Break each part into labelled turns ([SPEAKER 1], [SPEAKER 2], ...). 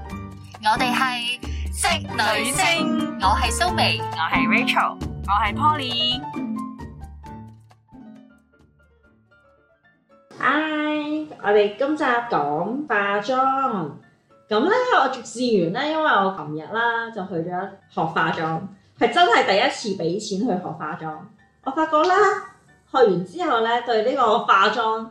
[SPEAKER 1] 我哋係職女聲，
[SPEAKER 2] 星，
[SPEAKER 1] 我係蘇眉，
[SPEAKER 2] 我係 Rachel，我係 Poly。
[SPEAKER 3] Hi，我哋今集講化妝。咁咧，我試完咧，因為我琴日啦就去咗學化妝，係真係第一次俾錢去學化妝。我發覺咧，學完之後咧，對呢個化妝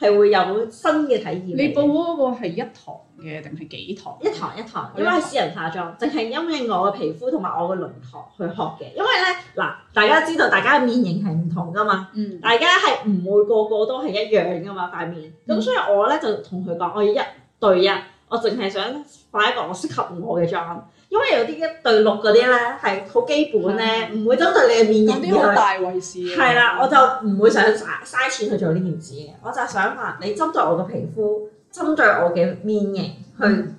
[SPEAKER 3] 係會有新嘅體驗。
[SPEAKER 4] 你報嗰個係一堂嘅定係幾堂？
[SPEAKER 3] 一堂一堂，因為係私人化妝，淨係因為我嘅皮膚同埋我嘅輪廓去學嘅。因為咧，嗱，大家知道大家嘅面型係唔同噶嘛。
[SPEAKER 4] 嗯，
[SPEAKER 3] 大家係唔會個個都係一樣噶嘛塊面，咁
[SPEAKER 4] 嗯
[SPEAKER 3] 所以我咧就同佢講，我要一對一，我淨係想化一個我適合我嘅妝，因為有啲一對六嗰啲咧係好基本咧，唔會針對你嘅
[SPEAKER 4] 嗰
[SPEAKER 3] 面型
[SPEAKER 4] 嗯啲好
[SPEAKER 3] 嘅。
[SPEAKER 4] 大衞士嘅。
[SPEAKER 3] 係啦，我就唔會想嘥嘥錢去做呢件事嘅，我就係想話你針對我嘅皮膚，針對我嘅面型去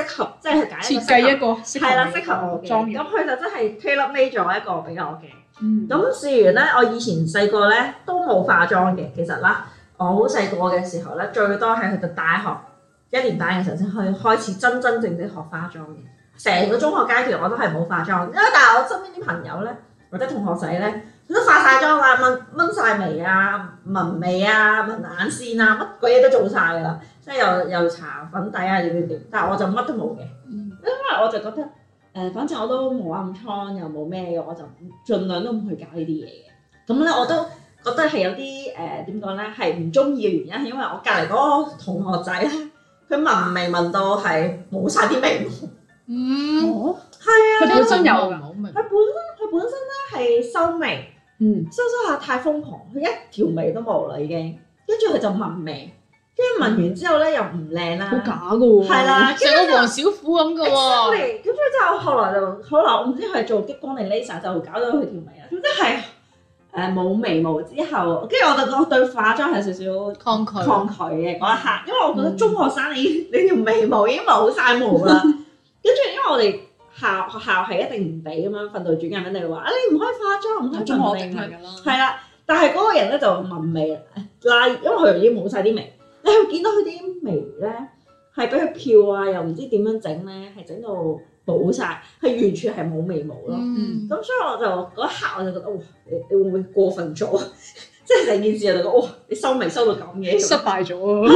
[SPEAKER 3] 適合，即係揀一
[SPEAKER 4] 嗯設
[SPEAKER 3] 個
[SPEAKER 4] 計
[SPEAKER 3] 適
[SPEAKER 4] 一個適
[SPEAKER 3] 合係啦，
[SPEAKER 4] 合
[SPEAKER 3] 適合我嘅。
[SPEAKER 4] 裝容。
[SPEAKER 3] 咁佢就真係 tailor made 咗一個俾我嘅。
[SPEAKER 4] 嗯，
[SPEAKER 3] 咁試完咧，我以前細個咧都冇化妝嘅，其實啦，我好細個嘅時候咧，最多係去到大學一年班嘅時候先去開始真真正正學化妝嘅。成個中學階段我都係冇化妝，因為但係我身邊啲朋友咧或者同學仔咧，佢都化晒妝啦，掹掹晒眉啊、紋眉啊、紋眼線啊，乜鬼嘢都做晒㗎啦，即係又又搽粉底啊點點點，但係我就乜都冇嘅。
[SPEAKER 4] 嗯
[SPEAKER 3] 因為我就覺得誒、呃反正我都冇暗瘡又冇咩嘅，我就盡量都唔去搞呢啲嘢嘅。咁咧我都覺得係有啲誒點講咧，係唔中意嘅原因係因為我隔離嗰個同學仔咧，佢紋眉紋到係冇晒啲眉毛，
[SPEAKER 1] 嗯，
[SPEAKER 4] 哦，
[SPEAKER 3] 係
[SPEAKER 4] 佢
[SPEAKER 3] 啊，
[SPEAKER 4] 本身有㗎
[SPEAKER 1] 好明
[SPEAKER 3] 佢，本身佢本身咧係收眉。
[SPEAKER 4] 嗯，
[SPEAKER 3] 收收下太瘋狂，佢一條眉都冇啦已經，跟住佢就紋眉，跟住紋完之後咧又唔靚啦，
[SPEAKER 4] 好假㗎喎。
[SPEAKER 3] 係，啦，
[SPEAKER 1] 成個黃小虎咁嘅喎，
[SPEAKER 3] exactly，跟住之後後來就後來我唔知佢係做激光定 laser 就搞到佢條眉啊啦，總之係誒冇眉毛之後，跟住我就覺得對化妝係少少
[SPEAKER 1] 抗拒，
[SPEAKER 3] 抗拒嘅嗰一刻，因為我覺得中學生你你條眉毛已經冇晒毛啦，跟住因為我哋。校學校係一定唔俾咁樣，訓導主任一定話啊你唔可以化妝，唔可以
[SPEAKER 4] 中
[SPEAKER 3] 紋
[SPEAKER 4] 我
[SPEAKER 3] 眉
[SPEAKER 4] 定
[SPEAKER 3] 㗎
[SPEAKER 4] 係㗎啦。
[SPEAKER 3] 係啦，但係嗰個人咧就紋眉拉，因為佢已經冇晒啲眉，你係會見到佢啲眉咧係俾佢漂啊，又唔知點樣整咧，係整到冇晒，係完全係冇眉毛咯。
[SPEAKER 1] 嗯，
[SPEAKER 3] 咁、所以我就嗰一刻我就覺得，哇！你你會唔會過分咗？ 即係成件事我就覺得，哇！你收眉收到咁嘅，
[SPEAKER 4] 失敗咗 啊！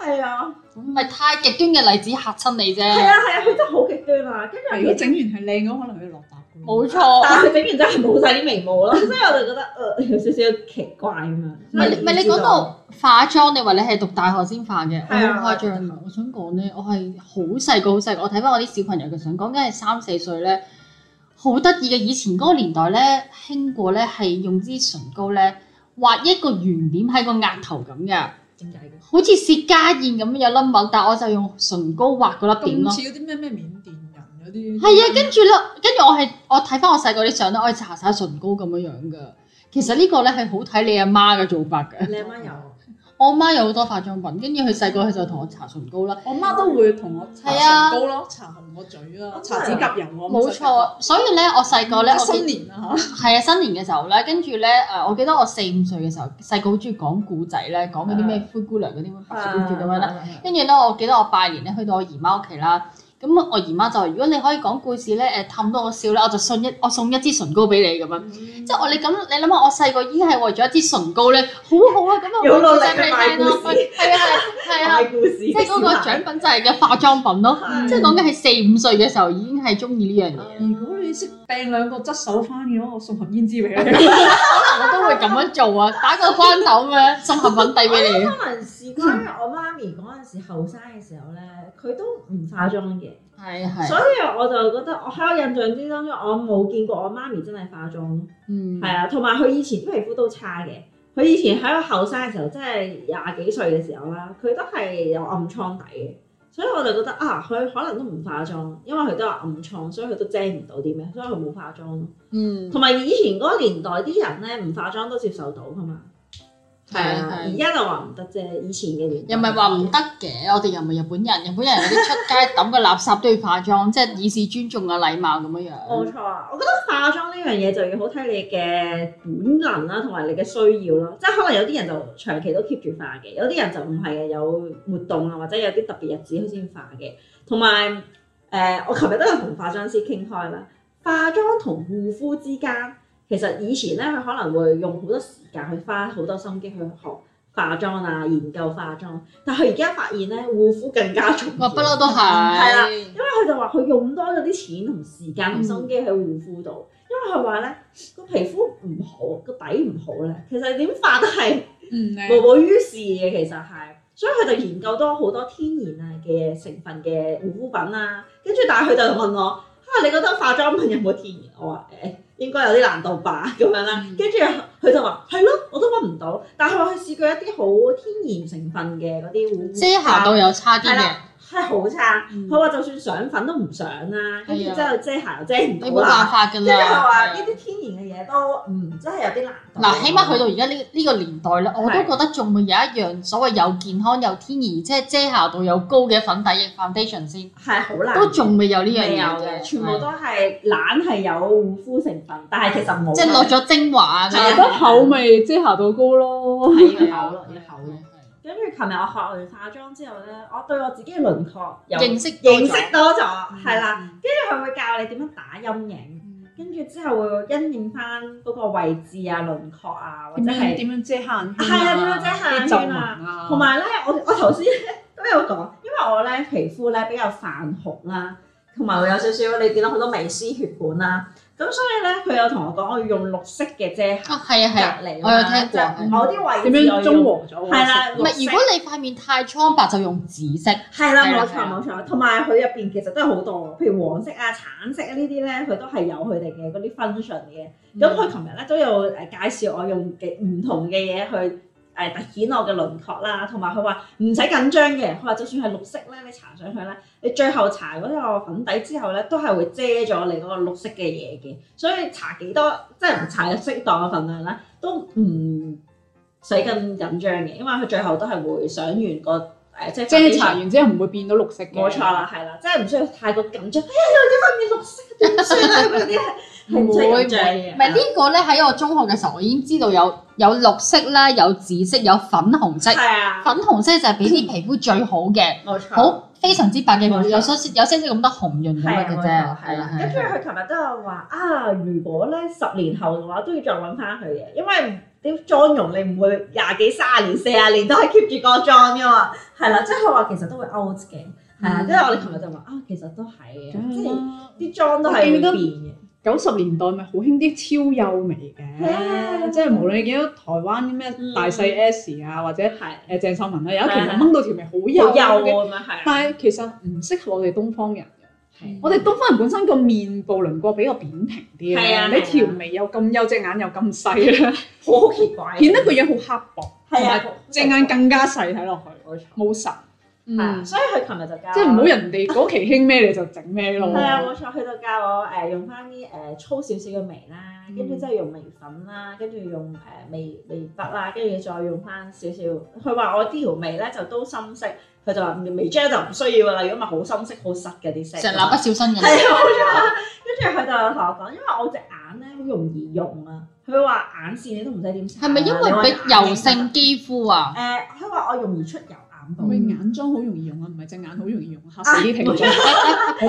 [SPEAKER 3] 係啊，
[SPEAKER 1] 咁咪太極端嘅例子嚇親你
[SPEAKER 3] 係
[SPEAKER 1] 啫，
[SPEAKER 3] 啊，係啊，佢真係好極端啊！跟
[SPEAKER 4] 如果
[SPEAKER 3] 住
[SPEAKER 4] 整完係靚嘅，可能佢落搭㗎喎。
[SPEAKER 1] 冇錯。
[SPEAKER 3] 但係佢整完真係冇晒啲眉毛咯，所以我就覺得，呃，有少少奇怪咁樣。
[SPEAKER 1] 唔係唔係，你講到化妝，你話你係讀大學先化嘅，我
[SPEAKER 3] 係啊
[SPEAKER 1] 好誇張啊！我想講咧，我係好細個好細個，我睇翻我啲小朋友嘅相，講緊係三四歲咧，好得意嘅。以前嗰個年代咧，興過咧係用支唇膏咧畫一個圓點喺個額頭咁嘅，
[SPEAKER 3] 點解嘅？
[SPEAKER 1] 好似薛家燕咁樣有粒墨，但我就用唇膏畫嗰粒點咯
[SPEAKER 2] 咁。似嗰啲咩咩緬甸人嗰啲。
[SPEAKER 1] 係啊，跟住咧，跟住我係我睇翻我細個啲相咧，我係搽晒唇膏咁樣樣噶。其實呢個咧係好睇你阿媽嘅做法嘅。
[SPEAKER 3] 你阿媽有？
[SPEAKER 1] 我媽有好多化妝品，跟住佢細個佢就同我搽唇膏啦，
[SPEAKER 4] 我媽都會同我搽
[SPEAKER 1] 係啊
[SPEAKER 4] 唇膏咯，搽紅個嘴啊，搽指甲油啊。
[SPEAKER 1] 冇錯。所以咧，我細個咧，我
[SPEAKER 4] 新
[SPEAKER 1] 記
[SPEAKER 4] 年啦嚇，
[SPEAKER 1] 係啊新年嘅時候咧，跟住咧誒，我記得我四五歲嘅時候，細個好中意講古仔咧，講嗰啲咩灰姑娘嗰啲白雪公
[SPEAKER 3] 啊
[SPEAKER 1] 主咁樣啦。跟住咧，我記得我拜年咧去到我姨媽屋企啦，咁我姨媽就話：如果你可以講故事咧，誒氹到我笑咧，我就信一我送一支唇膏俾你咁樣。
[SPEAKER 3] 嗯
[SPEAKER 1] 即係我你咁，你諗下我細個已經係為咗一支唇膏咧，好好啊！咁啊，
[SPEAKER 3] 有努力
[SPEAKER 1] 我講俾你聽
[SPEAKER 3] 去賣
[SPEAKER 1] 咯
[SPEAKER 3] 故事
[SPEAKER 1] 係啊係啊係 啊，
[SPEAKER 3] 大故事，即
[SPEAKER 1] 即係嗰個獎品就係嘅化妝品咯。
[SPEAKER 3] 係
[SPEAKER 1] 即係講緊係四五歲嘅時候已經係中意呢樣嘢，
[SPEAKER 4] 如果你識掟兩個側手翻嘅話，我送盒胭脂俾你。
[SPEAKER 1] 我都會咁樣做啊，打個關斗咁樣，送盒粉底 俾你。
[SPEAKER 3] 可能試過，因為我媽咪嗰陣時後生嘅時候咧，佢都唔化妝嘅，
[SPEAKER 1] 係係，
[SPEAKER 3] 所以我就覺得我喺我印象之中，我冇見過我媽咪真係化妝，
[SPEAKER 1] 嗯，
[SPEAKER 3] 係啊，同埋佢以前啲皮膚都差嘅。佢以前喺我後生嘅時候，即係廿幾歲嘅時候啦，佢都係有暗瘡底嘅，所以我就覺得啊，佢可能都唔化妝，因為佢都有暗瘡，所以佢都遮唔到啲咩，所以佢冇化妝咯。
[SPEAKER 1] 嗯，
[SPEAKER 3] 同埋以前嗰個年代啲人咧唔化妝都接受到噶嘛，係啊，而家就話唔得啫，以前嘅年代
[SPEAKER 1] 又唔係話唔得嘅，我哋又唔係日本人，日本人有啲出街抌個垃圾都要化妝，即係以示尊重啊禮貌咁樣
[SPEAKER 3] 冇
[SPEAKER 1] 樣。
[SPEAKER 3] 錯啊！我覺得化妝呢樣嘢就要好睇你嘅本能啦，同埋你嘅需要咯。即係可能有啲人就長期都 keep 住化嘅，有啲人就唔係嘅，有活動啊，或者有啲特別日子佢先化嘅。同埋誒，我琴日都有同化妝師傾開啦，化妝同護膚之間，其實以前咧佢可能會用好多時間去花好多心機去學化妝啊，研究化妝，但係佢而家發現咧護膚更加重
[SPEAKER 1] 我
[SPEAKER 3] 要。
[SPEAKER 1] 不嬲都係。
[SPEAKER 3] 係啦佢就話佢用多咗啲錢同時間同心機去護膚度，因為佢話咧個皮膚唔好，個底唔好咧，其實點化都係
[SPEAKER 4] 嗯，
[SPEAKER 3] 無補於事嘅，其實係。所以佢就研究多好多天然啊嘅成分嘅護膚品啦，跟住但係佢就問我：啊，你覺得化妝品有冇天然？我話誒、應該有啲難度吧咁樣啦
[SPEAKER 1] 嗯。
[SPEAKER 3] 跟住佢就話係咯，我都揾唔到。但係佢話佢試過一啲好天然成分嘅嗰啲護膚
[SPEAKER 1] 遮瑕
[SPEAKER 3] 品
[SPEAKER 1] 度有差啲
[SPEAKER 3] 係
[SPEAKER 1] 嘅
[SPEAKER 3] 啦，係好差。
[SPEAKER 4] 嗯
[SPEAKER 3] 佢話就算上粉都唔上啦，跟住之後遮瑕又遮唔
[SPEAKER 1] 啊你
[SPEAKER 3] 到
[SPEAKER 1] 冇辦
[SPEAKER 3] 啦。
[SPEAKER 1] 法㗎
[SPEAKER 3] 跟住佢話
[SPEAKER 1] 啦
[SPEAKER 3] 呢。啲天然嘅嘢都嗯真係有啲難度。
[SPEAKER 1] 嗱，起碼去到而家呢呢個年代咧，我都覺得仲會有一樣所謂又健康又天然，即係遮瑕度又高嘅粉底液 foundation 先，
[SPEAKER 3] 係好難，
[SPEAKER 1] 都仲未有呢樣
[SPEAKER 3] 未有
[SPEAKER 1] 嘢
[SPEAKER 3] 嘅，
[SPEAKER 1] 嘅，
[SPEAKER 3] 全部都係懶係有護膚成分，但係其實冇。
[SPEAKER 1] 即係落咗精華啊咁
[SPEAKER 3] 係
[SPEAKER 1] 樣
[SPEAKER 3] 啊
[SPEAKER 4] 得厚咪遮瑕度高咯。
[SPEAKER 3] 係要厚咯，要厚嘅。
[SPEAKER 1] 係
[SPEAKER 3] 跟住琴日我學完化妝之後咧，我對我自己嘅輪廓有
[SPEAKER 1] 認識多咗嗯
[SPEAKER 3] 認識多咗，係啦。跟住佢會教你點樣打陰影，跟住之後會因應翻嗰個位置啊、輪廓啊，或者
[SPEAKER 4] 點
[SPEAKER 3] 係
[SPEAKER 4] 樣點樣遮瑕？
[SPEAKER 3] 係啊點樣遮瑕圈啊
[SPEAKER 4] 啲皺紋啊，
[SPEAKER 3] 同埋咧，我我頭先 咧都有講，因為我咧皮膚咧比較泛紅啦，同埋會有少少你見到好多微絲血管啦，咁所以咧佢有同我講，我要用綠色嘅遮瑕
[SPEAKER 1] 啊，係啊係啊。
[SPEAKER 3] 隔離啦
[SPEAKER 1] 我有聽過
[SPEAKER 3] 即係某啲位
[SPEAKER 4] 點
[SPEAKER 3] 置
[SPEAKER 4] 樣中
[SPEAKER 3] 和
[SPEAKER 4] 和咗？
[SPEAKER 3] 係啦，
[SPEAKER 1] 啊唔
[SPEAKER 3] 綠
[SPEAKER 1] 係，
[SPEAKER 3] 色
[SPEAKER 1] 如果你塊面太蒼白就用紫色，
[SPEAKER 3] 係啦，冇
[SPEAKER 1] 係啦係啦
[SPEAKER 3] 錯冇錯，同埋佢入邊其實都有好多，譬如黃色啊、橙色啊呢啲咧，佢都係有佢哋嘅嗰啲 function 嘅。咁佢琴日咧都有誒介紹我用嘅唔同嘅嘢去誒突顯我嘅輪廓啦，同埋佢話唔使緊張嘅，佢話就算係綠色咧，你搽上去咧，你最後搽嗰個粉底之後咧，都係會遮咗你嗰個綠色嘅嘢嘅，所以搽幾多即係唔搽適當嘅份量咧，都唔使咁緊張嘅，因為佢最後都係會上完個誒、即係
[SPEAKER 4] 遮瑕完之後唔會變到綠色嘅。
[SPEAKER 3] 冇錯啦，係啦，即係唔需要太過緊張。哎呀，有啲塊面綠色點算啊？嗰啲係唔
[SPEAKER 1] 唔
[SPEAKER 3] 需要
[SPEAKER 1] 會
[SPEAKER 3] 緊
[SPEAKER 1] 唔
[SPEAKER 3] 張
[SPEAKER 1] 會
[SPEAKER 3] 嘅。
[SPEAKER 1] 唔係呢個咧喺我中學嘅時候，我已經知道有有綠色啦，有紫色，有粉紅色。
[SPEAKER 3] 係啊，
[SPEAKER 1] 粉紅色就係俾啲皮膚最好嘅，
[SPEAKER 3] 冇錯。
[SPEAKER 1] 好非常之白嘅，
[SPEAKER 3] 冇錯
[SPEAKER 1] 有少少有些少咁多紅潤咁
[SPEAKER 3] 係啊
[SPEAKER 1] 樣
[SPEAKER 3] 冇錯
[SPEAKER 1] 嘅啫。
[SPEAKER 3] 係啦
[SPEAKER 1] 係啦，，
[SPEAKER 3] 跟住
[SPEAKER 1] 係啦
[SPEAKER 3] 佢琴日都有話啊，如果咧十年後嘅話，都要再揾翻佢嘅，因為啲妝容你唔會廿幾三十年、四十年都係 keep 住個妝噶嘛，係啦，即係佢話其實都會 out 嘅，係啊，
[SPEAKER 4] 嗯
[SPEAKER 3] 跟住我哋琴日就話啊，其實都係
[SPEAKER 1] 嗯
[SPEAKER 3] 嘅，即係啲妝都係
[SPEAKER 4] 我
[SPEAKER 3] 會
[SPEAKER 4] 記得
[SPEAKER 3] 變嘅，
[SPEAKER 4] 九十年代咪好興啲超幼眉
[SPEAKER 3] 係
[SPEAKER 4] 嘅，即係無論你見到台灣啲咩大細 S 啊，或者誒
[SPEAKER 3] 係
[SPEAKER 4] 鄭秀文啊，有一期
[SPEAKER 3] 係係
[SPEAKER 4] 掹到條眉好幼
[SPEAKER 3] 好幼
[SPEAKER 4] 嘅，
[SPEAKER 3] 咁樣係啊，
[SPEAKER 4] 但係其實唔適合我哋東方人嘅。
[SPEAKER 3] 係
[SPEAKER 4] 我哋東方人本身個面部輪廓比較扁平啲
[SPEAKER 3] 係啊
[SPEAKER 4] 啊，
[SPEAKER 3] 係啊
[SPEAKER 4] 你條眉又咁幼，隻眼又咁細咧，
[SPEAKER 3] 好奇怪，
[SPEAKER 4] 顯得個樣好刻薄，
[SPEAKER 3] 係啊，
[SPEAKER 4] 隻眼更加細睇落去，
[SPEAKER 3] 冇錯。
[SPEAKER 4] 冇
[SPEAKER 3] 係
[SPEAKER 4] 神。
[SPEAKER 3] 啊
[SPEAKER 4] 嗯，
[SPEAKER 3] 所以佢琴日就教
[SPEAKER 4] 即係唔好人哋嗰期興咩你就整咩咯。
[SPEAKER 3] 係啊，冇錯，佢就教我誒用翻啲誒粗少少嘅眉啦，
[SPEAKER 1] 嗯
[SPEAKER 3] 跟住之後用眉粉啦，跟住用誒眉眉筆啦，跟住再用翻少少。佢話我呢條眉咧就都深色，佢就話眉 gel 就唔需要啦，如果咪好深色好實嘅啲色。
[SPEAKER 1] 成蠟筆小新
[SPEAKER 3] 係
[SPEAKER 1] 嘅。
[SPEAKER 3] 啊，冇錯。跟住佢就同我講，因為我隻眼咧好容易用啊，佢話眼線你都唔使點搽啦。
[SPEAKER 1] 係咪因為俾
[SPEAKER 3] 啊
[SPEAKER 1] 油性肌膚啊？
[SPEAKER 3] 誒？佢話我容易出油眼部
[SPEAKER 4] 我。
[SPEAKER 1] 嗯
[SPEAKER 4] 眼妝好容易用啊，唔係隻眼好容易用啊，嚇死啲聽眾，
[SPEAKER 3] 冇 我啲
[SPEAKER 4] 好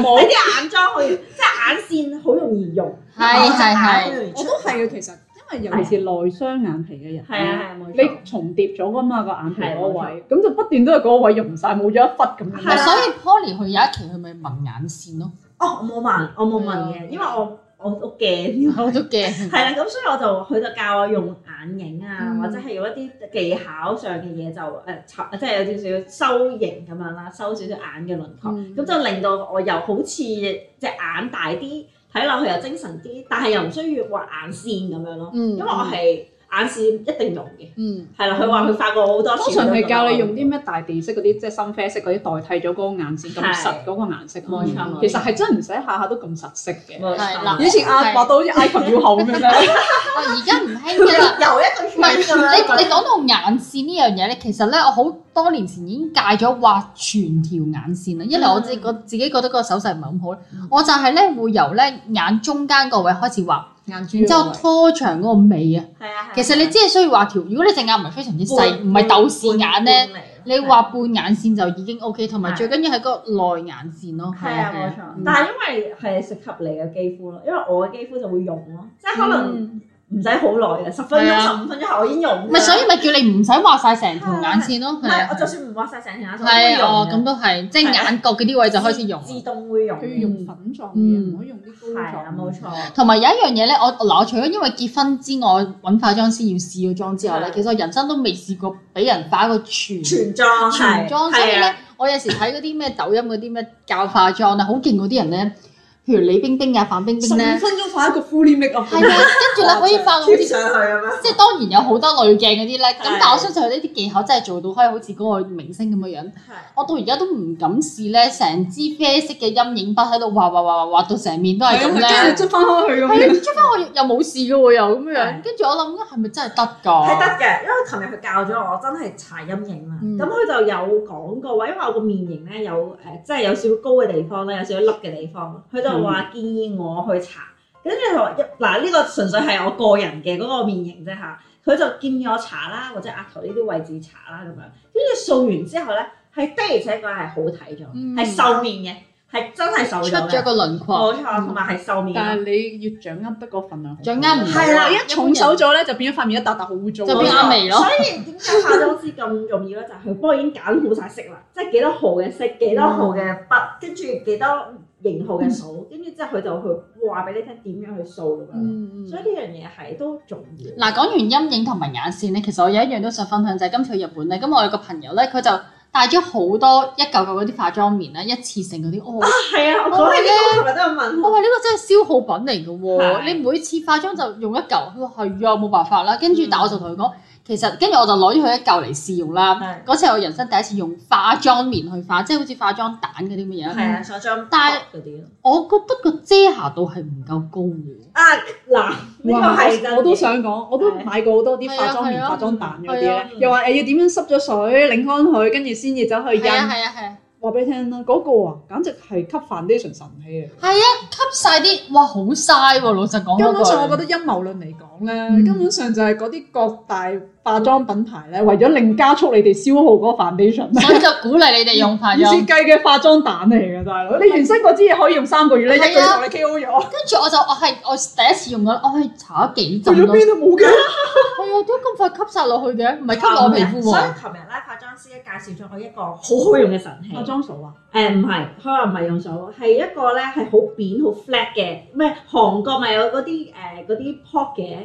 [SPEAKER 4] 冇？
[SPEAKER 3] 眼妝好容易，即係眼線好容易用，
[SPEAKER 4] 啊
[SPEAKER 1] 係係
[SPEAKER 3] 眼
[SPEAKER 1] 係，
[SPEAKER 3] 睛
[SPEAKER 4] 我都係啊嘅，其實因為尤其是內雙眼皮嘅人，
[SPEAKER 3] 係啊係啊冇錯。
[SPEAKER 4] 你重疊咗噶嘛個眼皮
[SPEAKER 3] 係
[SPEAKER 4] 嗰
[SPEAKER 3] 冇錯
[SPEAKER 4] 位，咁就不斷都係嗰個位用晒，冇咗一忽咁
[SPEAKER 1] 唔係
[SPEAKER 3] 係
[SPEAKER 4] 樣。
[SPEAKER 3] 啊
[SPEAKER 1] 所以 Poly 佢有一期佢咪紋眼線咯，
[SPEAKER 3] 哦，我冇問，我冇問
[SPEAKER 4] 嗯
[SPEAKER 3] 嘅，因為我我我驚。
[SPEAKER 1] 我都驚。
[SPEAKER 3] 係啦，咁所以我就佢就教我用眼影啊，
[SPEAKER 1] 嗯
[SPEAKER 3] 或者係用一啲技巧上嘅嘢就誒、插即係有少少修型咁樣啦，修少少眼嘅輪廓，咁、
[SPEAKER 4] 嗯
[SPEAKER 3] 就令到我又好似隻眼大啲，睇落去又精神啲，但係又唔需要畫眼線咁樣咯。
[SPEAKER 1] 嗯
[SPEAKER 3] 因為我係眼線一定用嘅，
[SPEAKER 4] 嗯，
[SPEAKER 3] 係啦。佢話佢發過好多次，
[SPEAKER 4] 通常係教你用啲咩大地色嗰啲，即係深啡色嗰啲代替咗嗰個顏色咁實嗰個顏色啊
[SPEAKER 3] 冇錯冇錯
[SPEAKER 4] 其實係真唔使下下都咁實色嘅。
[SPEAKER 3] 冇
[SPEAKER 1] 係
[SPEAKER 3] 錯
[SPEAKER 1] 啦。
[SPEAKER 4] 以前啊，畫到好似埃及妖后咁樣咧，
[SPEAKER 1] 我而家唔興
[SPEAKER 3] 佢
[SPEAKER 1] 㗎啦。
[SPEAKER 3] 又一個
[SPEAKER 1] 唔係
[SPEAKER 3] 圈咁樣
[SPEAKER 1] 你你講到眼線呢樣嘢咧，其實咧我好多年前已經戒咗畫全條眼線啦，因為我
[SPEAKER 3] 嗯
[SPEAKER 1] 自己覺自己覺得個手勢唔係咁好咧
[SPEAKER 4] 嗯，
[SPEAKER 1] 我就係咧會由咧眼中間個位開始畫，
[SPEAKER 4] 眼珠
[SPEAKER 1] 然之後拖長嗰個尾啊。
[SPEAKER 3] 係啊，
[SPEAKER 1] 其實你只係需要畫條，如果你隻眼唔係非常之細，
[SPEAKER 3] 半
[SPEAKER 1] 唔係豆豉眼咧，，
[SPEAKER 3] 半
[SPEAKER 1] 你
[SPEAKER 3] 嚟啊
[SPEAKER 1] 畫半眼線就已經 O K，同埋
[SPEAKER 3] 係
[SPEAKER 1] 最緊要係個內眼線咯。
[SPEAKER 3] 係啊冇錯
[SPEAKER 1] 嗯，
[SPEAKER 3] 但係因為係適合你嘅肌膚咯，因為我嘅肌膚就會用咯，即係可能唔使好耐嘅，十分
[SPEAKER 1] 嗯係
[SPEAKER 3] 鐘、
[SPEAKER 1] 啊
[SPEAKER 3] 十五分鐘後我已經用㗎啦。
[SPEAKER 1] 咪所以咪叫你唔使畫晒成條眼線咯。
[SPEAKER 3] 唔
[SPEAKER 1] 係
[SPEAKER 3] 係
[SPEAKER 1] 啊
[SPEAKER 3] 我就算唔畫晒成條眼，我都會
[SPEAKER 1] 係
[SPEAKER 3] 用
[SPEAKER 1] 哦，
[SPEAKER 3] 嘅
[SPEAKER 1] 咁都係，即
[SPEAKER 3] 係
[SPEAKER 1] 係
[SPEAKER 3] 啊
[SPEAKER 1] 眼角嗰啲位就開始用啦。
[SPEAKER 3] 自動會用
[SPEAKER 4] 佢要
[SPEAKER 3] 嘅。
[SPEAKER 4] 用粉狀嘅嘢，唔可以用啲
[SPEAKER 3] 係
[SPEAKER 4] 膏
[SPEAKER 3] 啊，
[SPEAKER 4] 狀。
[SPEAKER 3] 冇錯。
[SPEAKER 1] 同埋有一樣嘢咧，我嗱我除咗因為結婚之外揾化妝師要試個妝之外咧，
[SPEAKER 3] 係
[SPEAKER 1] 其實我人生都未試過俾人化一個全
[SPEAKER 3] 嗯全妝
[SPEAKER 1] 全
[SPEAKER 3] 係
[SPEAKER 1] 妝，所以
[SPEAKER 3] 係
[SPEAKER 1] 咧
[SPEAKER 3] 啊，
[SPEAKER 1] 我有時睇嗰啲咩抖音嗰啲咩教化妝啊，好勁嗰啲人咧，譬如李冰冰啊、范冰
[SPEAKER 4] 十
[SPEAKER 1] 冰
[SPEAKER 4] 五
[SPEAKER 1] 咧，
[SPEAKER 4] 分鐘化一個 fully make up
[SPEAKER 1] 係啊，跟住咧可以化到好
[SPEAKER 3] 貼
[SPEAKER 1] 似。
[SPEAKER 3] 上去咁樣。
[SPEAKER 1] 即係當然有好多濾鏡嗰啲咧，咁但係我
[SPEAKER 3] 係
[SPEAKER 1] 相信佢呢啲技巧真係做到可以好似嗰個明星咁嘅樣。
[SPEAKER 3] 係。
[SPEAKER 1] 我到而家都唔敢試咧，成支啡色嘅陰影筆喺度畫畫畫畫畫到成面都係咁
[SPEAKER 4] 係啊，跟。
[SPEAKER 1] 咧
[SPEAKER 4] 住捽翻開佢
[SPEAKER 1] 係
[SPEAKER 4] 咁
[SPEAKER 1] 啊，
[SPEAKER 4] 樣。
[SPEAKER 1] 出翻我又冇事嘅喎，又咁樣。
[SPEAKER 3] 係
[SPEAKER 1] 跟住我諗啊緊係咪真係得
[SPEAKER 3] 係得
[SPEAKER 1] 㗎？
[SPEAKER 3] 嘅，因為琴日佢教咗我，真係搽陰影啦。
[SPEAKER 1] 嗯
[SPEAKER 3] 咁佢、就有講過話，因為我個面型咧有誒、即係有少少高嘅地方咧，有少少凹嘅地方，佢就
[SPEAKER 1] 嗯
[SPEAKER 3] 話建議我去搽。跟住佢話一嗱呢個純粹係我個人嘅嗰個面型啫嚇，佢就建議我搽啦，或者額頭呢啲位置搽啦咁樣。跟住掃完之後咧，係的而且確係好睇咗，
[SPEAKER 1] 嗯
[SPEAKER 3] 係、瘦面嘅，係真係瘦
[SPEAKER 1] 出
[SPEAKER 3] 咗
[SPEAKER 1] 咗
[SPEAKER 3] 嘅，
[SPEAKER 1] 個嗯輪廓，
[SPEAKER 3] 冇錯，同埋係瘦面
[SPEAKER 4] 但
[SPEAKER 3] 咯。
[SPEAKER 4] 係你要掌握得個份量好緊
[SPEAKER 1] 掌
[SPEAKER 4] 要。
[SPEAKER 1] 握唔到
[SPEAKER 4] 係啦，
[SPEAKER 1] 啊
[SPEAKER 4] 一重手咗咧就變咗塊面一笪笪好污糟。啊
[SPEAKER 1] 就變啊
[SPEAKER 3] 啱
[SPEAKER 1] 阿眉咯
[SPEAKER 3] 所。以點解化妝師咁重要咧？就係佢幫我已經揀好晒色啦，即係幾多號嘅色、幾多號嘅筆，跟住幾多型號嘅
[SPEAKER 1] 嗯
[SPEAKER 3] 數，跟住之後佢就去話俾你聽點樣去數咁樣。
[SPEAKER 4] 嗯
[SPEAKER 3] 所以呢樣嘢係都重要。
[SPEAKER 1] 嗱，講完陰影同埋眼線咧，其實我有一樣都想分享就係今次去日本咧，咁我有個朋友咧，佢就帶咗好多一嚿嚿嗰啲化妝棉咧，一次性嗰啲，哦
[SPEAKER 3] 啊，係啊，我講起呢個琴日都有問
[SPEAKER 1] 我
[SPEAKER 3] 我。
[SPEAKER 1] 話呢個真係消耗品嚟嘅喎，
[SPEAKER 3] 係
[SPEAKER 1] 你每次化妝就用一嚿，佢話係啊，冇辦法啦。跟住
[SPEAKER 3] 嗯
[SPEAKER 1] 但我就同佢講，其實跟住我就攞咗佢一嚿嚟試用啦。
[SPEAKER 3] 係
[SPEAKER 1] 嗰次係我人生第一次用化妝棉去化，即係好似化妝蛋嗰啲咁嘅
[SPEAKER 3] 係
[SPEAKER 1] 嘢。
[SPEAKER 3] 啊，上妝
[SPEAKER 1] 但
[SPEAKER 3] 嗰啲咯。
[SPEAKER 1] 我覺得個遮瑕度係唔夠高嘅。
[SPEAKER 3] 啊，嗱，呢個
[SPEAKER 4] 哇
[SPEAKER 3] 係真嘅
[SPEAKER 4] 我都想講，我都買過好多啲化妝
[SPEAKER 1] 係
[SPEAKER 4] 棉、
[SPEAKER 1] 啊
[SPEAKER 4] 化妝蛋嗰啲
[SPEAKER 1] 係
[SPEAKER 4] 咧
[SPEAKER 1] 啊，
[SPEAKER 4] 又話哎誒要點樣濕咗水、擰乾佢，跟住先至走去印。
[SPEAKER 1] 係啊係啊，
[SPEAKER 4] 話俾你聽啦，嗰個啊，簡直係吸 foundation 神器嚟。
[SPEAKER 1] 係啊，吸晒啲，哇好嘥喎！老實講嗰句，
[SPEAKER 4] 根本上我覺得陰謀論嚟講咧，
[SPEAKER 1] 嗯
[SPEAKER 4] 根本上就係嗰啲各大化妝品牌咧，為咗令加速你哋消耗嗰個 foundation。
[SPEAKER 1] 所以就鼓勵你哋用化
[SPEAKER 4] 二設
[SPEAKER 1] 妝。
[SPEAKER 4] 計嘅化妝蛋嚟嘅大佬，你原生嗰支嘢可以用三個月咧，一
[SPEAKER 1] 係啊
[SPEAKER 4] 個月同你 KO 咗，
[SPEAKER 1] 跟住我就我係我第一次用咗，我係啊搽咗幾
[SPEAKER 4] 去
[SPEAKER 1] 浸
[SPEAKER 4] 咗
[SPEAKER 1] 咯。
[SPEAKER 4] 邊都冇嘅。
[SPEAKER 1] 係啊，點解咁快吸晒落去嘅？唔係吸落
[SPEAKER 3] 啊
[SPEAKER 1] 我皮膚
[SPEAKER 3] 所以
[SPEAKER 1] 喎。
[SPEAKER 3] 琴日咧，化妝師咧介紹咗我一個好好用嘅神器。
[SPEAKER 4] 化妝掃啊，
[SPEAKER 3] 誒唔係，佢話唔係用手，係一個咧係好扁好 flat 嘅，咩韓國咪有嗰啲誒嗰啲 pop 嘅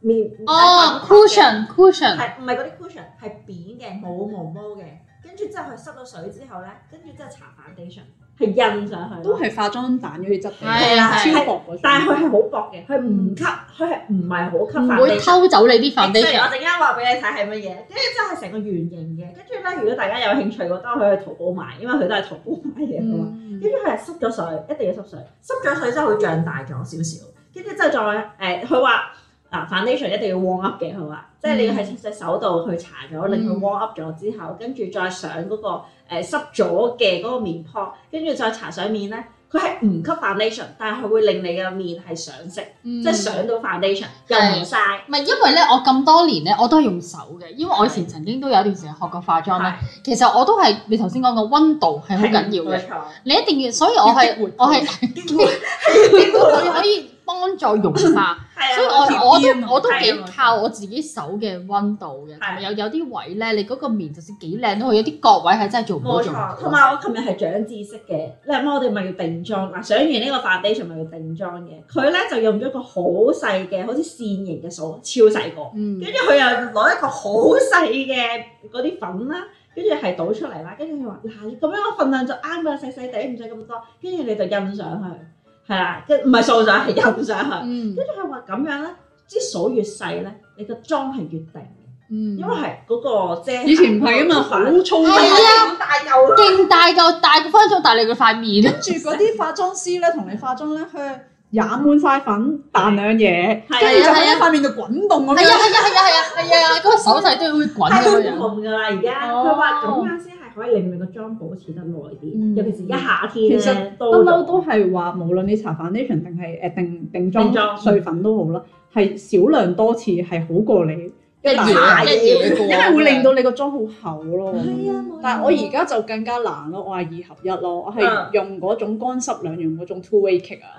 [SPEAKER 3] 面
[SPEAKER 1] 哦，cushion cushion。
[SPEAKER 3] 係唔係嗰啲 cushion 係扁嘅冇毛毛嘅，跟住之後佢濕咗水之後咧，跟住之後搽 foundation 係印上去，
[SPEAKER 4] 都係化妝蛋嗰啲質地，
[SPEAKER 1] 係啊
[SPEAKER 3] 係
[SPEAKER 4] 超薄嗰種
[SPEAKER 3] 但係佢係好薄嘅，佢唔吸，佢係唔係好吸
[SPEAKER 1] 唔會
[SPEAKER 3] foundation。
[SPEAKER 1] 偷走你啲
[SPEAKER 3] 即係
[SPEAKER 1] foundation。
[SPEAKER 3] 我陣間話俾你睇係乜嘢，跟住真係成個圓形嘅，跟住咧如果大家有興趣嘅，都可以去淘寶買，因為佢都係淘寶買嘢㗎嘛。
[SPEAKER 4] 嗯
[SPEAKER 3] 跟住佢係濕咗水，一定要濕水，濕咗水之後佢脹大咗少少，跟住之後再誒，佢話嗱 foundation 一定要 warm up 嘅，佢話即係你要喺隻手度去搽咗，令
[SPEAKER 1] 嗯
[SPEAKER 3] 佢 warm up 咗之後，跟住再上嗰、個誒、濕咗嘅嗰個面泡，跟住再搽上面咧，佢係唔吸 foundation，但係佢會令你嘅面係上色，
[SPEAKER 1] 即
[SPEAKER 3] 即係上到 foundation 又唔晒。
[SPEAKER 1] 嗯唔係因為咧，我咁多年咧，我都係用手嘅，因為我以前曾經都有一段時間學過化妝咧。其實我都係你頭先講嘅温度係好緊要嘅，
[SPEAKER 3] 冇錯
[SPEAKER 1] 你一定要，所以我係
[SPEAKER 4] 要激活佢
[SPEAKER 1] 我係激 活佢可以幫助融化，
[SPEAKER 3] 係啊，
[SPEAKER 1] 所以
[SPEAKER 3] 冇錯
[SPEAKER 1] 我我都我都
[SPEAKER 3] 係啊
[SPEAKER 1] 幾
[SPEAKER 3] 冇錯
[SPEAKER 1] 靠我自己手嘅温度嘅，同
[SPEAKER 3] 係
[SPEAKER 1] 埋有有啲位咧，你嗰個面就算幾靚都好，有啲角位係真係做唔到
[SPEAKER 3] 冇
[SPEAKER 1] 做唔到
[SPEAKER 3] 錯，同埋我琴日係長知識嘅，你阿媽我哋咪要定妝嗱，上完呢個 foundation 咪要定妝嘅，佢咧就用咗個好細嘅，好似線形嘅掃，超細個，
[SPEAKER 1] 嗯
[SPEAKER 3] 跟住佢又攞一個好細嘅嗰啲粉啦，跟住係倒出嚟啦，跟住佢話嗱，你咁樣嘅份量就啱㗎啦，細細地唔使咁多，跟住你就印上去，係啦，跟唔係掃上去，係印上去。
[SPEAKER 1] 嗯
[SPEAKER 3] 跟住佢話咁樣咧，支數越細咧，你個妝係越定嘅，
[SPEAKER 4] 嗯
[SPEAKER 3] 因為係嗰個遮瑕
[SPEAKER 4] 以前唔係啊嘛，好粗
[SPEAKER 3] 係
[SPEAKER 4] 㗎。
[SPEAKER 3] 啊，大嚿咯。
[SPEAKER 1] 勁大嚿，大個分咗，但係你個塊面。
[SPEAKER 4] 跟住嗰啲化妝師咧，同你化妝咧，佢染滿塊粉，彈兩嘢，
[SPEAKER 3] 係啊
[SPEAKER 4] 跟住就
[SPEAKER 1] 係啊
[SPEAKER 4] 喺塊面度滾動咁
[SPEAKER 1] 係
[SPEAKER 4] 樣。
[SPEAKER 1] 啊係啊係啊係啊係啊！嗰個手勢都會 滾
[SPEAKER 3] 係
[SPEAKER 1] 咁
[SPEAKER 3] 唔
[SPEAKER 1] 樣。
[SPEAKER 3] 同㗎啦，而家
[SPEAKER 4] 哦
[SPEAKER 3] 佢話咁樣先係可以令你個妝保持得耐
[SPEAKER 4] 嗯
[SPEAKER 3] 啲，尤其是一夏天
[SPEAKER 4] 其
[SPEAKER 3] 咧，
[SPEAKER 4] 實
[SPEAKER 3] 不
[SPEAKER 4] 不嬲都係話，無論你搽 foundation 定係誒定定
[SPEAKER 3] 定
[SPEAKER 4] 妝
[SPEAKER 3] 妝
[SPEAKER 4] 碎粉都好啦，係少量多次係好過你
[SPEAKER 1] 一
[SPEAKER 4] 大
[SPEAKER 1] 嘢
[SPEAKER 4] 塊
[SPEAKER 1] 一嘢過
[SPEAKER 4] 因為會令到你個妝好厚咯。
[SPEAKER 3] 係啊，冇錯
[SPEAKER 4] 但係我而家就更加難咯，我係二合一咯，我係
[SPEAKER 3] 嗯
[SPEAKER 4] 用嗰種乾濕兩用嗰種 two way cake 啊，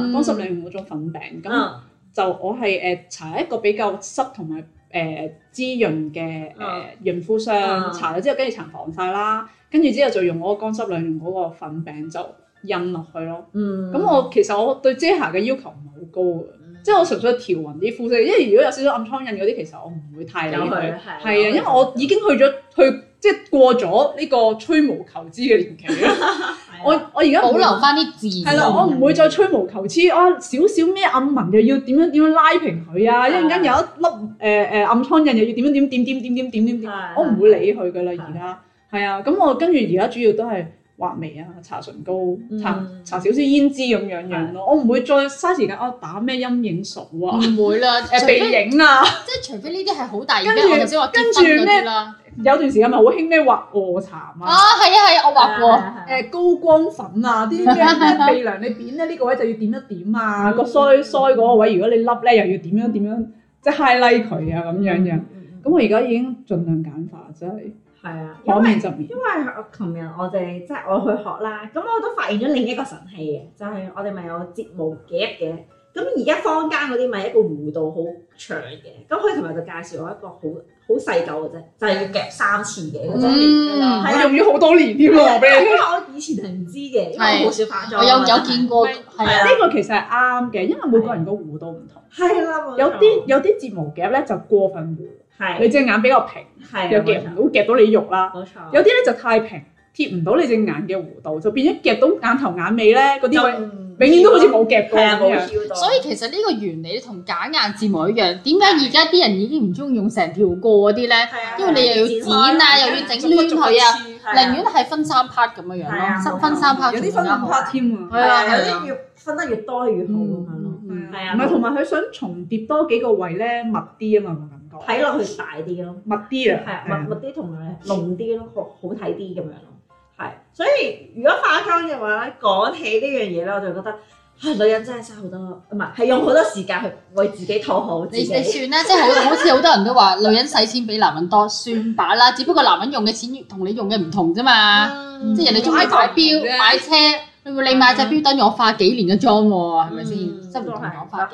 [SPEAKER 3] 嗯
[SPEAKER 4] 乾濕兩用嗰種粉餅，咁
[SPEAKER 3] 嗯
[SPEAKER 4] 就我係誒搽一個比較濕同埋誒滋潤嘅誒呃
[SPEAKER 3] 嗯
[SPEAKER 4] 潤膚霜，
[SPEAKER 3] 嗯
[SPEAKER 4] 搽咗之後跟住搽防曬啦，跟住之後就用我個乾濕兩用嗰個粉餅就印落去咯。
[SPEAKER 3] 嗯
[SPEAKER 4] 咁我其實我對遮瑕嘅要求唔係好高嘅，即係我純粹調勻啲膚色，因為如果有少少暗瘡印嗰啲，其實我唔會太理
[SPEAKER 3] 有佢
[SPEAKER 4] 佢。
[SPEAKER 3] 係啊
[SPEAKER 4] 係啊，因為我已經去咗去即係過咗呢個吹毛求疵嘅年期啦。我我而家
[SPEAKER 1] 保
[SPEAKER 4] 唔會
[SPEAKER 1] 留翻啲自
[SPEAKER 4] 係
[SPEAKER 1] 然。
[SPEAKER 4] 啦，我唔會再吹毛求疵啊！少少咩暗紋又要點樣點樣拉平佢啊！一陣間有一粒誒誒暗瘡印又要點樣點點點點點點點點，
[SPEAKER 3] 係
[SPEAKER 4] 我唔會理佢噶啦而家。係啊，咁我跟住而家主要都係畫眉啊、搽唇膏、搽搽
[SPEAKER 3] 嗯
[SPEAKER 4] 少少胭脂咁樣樣咯。我唔會再嘥時間啊打咩陰影掃
[SPEAKER 3] 嗯
[SPEAKER 4] 啊、
[SPEAKER 1] 唔會啦，除
[SPEAKER 4] 誒
[SPEAKER 1] 非
[SPEAKER 4] 鼻影啊。
[SPEAKER 1] 即係除非呢啲係好大
[SPEAKER 4] 跟
[SPEAKER 1] 型
[SPEAKER 4] 住
[SPEAKER 1] 嘅，我頭先話
[SPEAKER 4] 跟
[SPEAKER 1] 結
[SPEAKER 4] 住
[SPEAKER 1] 婚嗰
[SPEAKER 4] 咩
[SPEAKER 1] 啲啦。
[SPEAKER 4] 有段時間咪好興咩畫卧蠶啊。
[SPEAKER 3] 哦
[SPEAKER 1] 啊，係啊係啊，我畫過。
[SPEAKER 4] 誒高光粉 啊，啲咩咩鼻梁你扁咧呢個位就要點一點
[SPEAKER 3] 嗯
[SPEAKER 4] 啊，個腮腮嗰個位如果你凹咧又要點樣點樣，即係 highlight 佢啊咁樣樣。咁我而家已經盡量簡化，真係
[SPEAKER 3] 係啊，嗯因
[SPEAKER 4] 可
[SPEAKER 3] 為
[SPEAKER 4] 面就面
[SPEAKER 3] 因。為我琴日我哋即係我去學啦，咁我都發現咗另一個神器嘅，就係、我哋咪有睫毛夾嘅。咁而家坊間嗰啲咪一個弧度好長嘅，咁佢琴日就介紹我一個好好細嚿嘅啫，就係、要夾三次嘅嗰種。
[SPEAKER 1] 嗯，
[SPEAKER 4] 我用咗好多年添喎，啊 話俾你
[SPEAKER 3] 因
[SPEAKER 4] 聽。
[SPEAKER 3] 為我以前係唔知嘅，因為我好少化妝。
[SPEAKER 1] 我有有見過，
[SPEAKER 4] 係
[SPEAKER 1] 係啊。
[SPEAKER 4] 呢個其實係啱嘅，因為每個人個弧度唔同，
[SPEAKER 3] 係啦，冇錯
[SPEAKER 4] 有啲有啲睫毛夾咧就過分弧，你
[SPEAKER 3] 係
[SPEAKER 4] 隻眼比較平，
[SPEAKER 3] 係
[SPEAKER 4] 又夾唔到夾到你肉啦。
[SPEAKER 3] 冇錯，
[SPEAKER 4] 有啲咧就太平，貼唔到你隻眼嘅弧度，就變咗夾到眼頭眼尾咧嗰啲位，
[SPEAKER 3] 啲
[SPEAKER 4] 永遠都好似冇夾過
[SPEAKER 3] 係啊
[SPEAKER 4] 咁
[SPEAKER 3] 冇
[SPEAKER 4] 樣。
[SPEAKER 3] 翹到，
[SPEAKER 1] 所以其實呢個原理同假眼睫毛一樣，點解而家啲人已經唔中意用成條過嗰啲咧？
[SPEAKER 3] 係啊
[SPEAKER 1] 因為你又要剪啊，又要整攣佢啊，
[SPEAKER 3] 啊
[SPEAKER 1] 寧願係分三 part 咁樣樣
[SPEAKER 3] 係啊
[SPEAKER 1] 咯，分分三 part
[SPEAKER 4] 有啲
[SPEAKER 1] 仲
[SPEAKER 4] 分
[SPEAKER 1] 更加好
[SPEAKER 4] part 添啊，
[SPEAKER 1] 係啊
[SPEAKER 3] 有
[SPEAKER 1] 係啊
[SPEAKER 3] 啲越分得越多越好咁樣咯，
[SPEAKER 1] 嗯
[SPEAKER 3] 係
[SPEAKER 4] 唔
[SPEAKER 3] 啊
[SPEAKER 4] 係同埋佢想重疊多幾個位咧，密啲啊嘛個
[SPEAKER 1] 嗯
[SPEAKER 4] 感覺，
[SPEAKER 3] 睇落去大啲咯，
[SPEAKER 4] 密啲啊，
[SPEAKER 3] 係啊
[SPEAKER 4] 係啊
[SPEAKER 3] 密密啲同埋濃啲咯，好好睇啲咁樣咯，係。所以如果化妝嘅話咧，講起呢樣嘢咧，我就覺得。唉，女人真係嘥好多，唔係係用好多時間去為自己討好自
[SPEAKER 1] 你
[SPEAKER 3] 己。
[SPEAKER 1] 你算啦，即 係好好似好多人都話女人使錢比男人多，算把啦。只不過男人用嘅錢同你用嘅唔同啫嘛，
[SPEAKER 3] 嗯
[SPEAKER 1] 即係人哋中意買
[SPEAKER 4] 嗯
[SPEAKER 1] 錶、買車，你買隻錶等於我化幾年嘅妝喎，係咪先？
[SPEAKER 3] 嗯
[SPEAKER 1] 即係唔同講法嘅。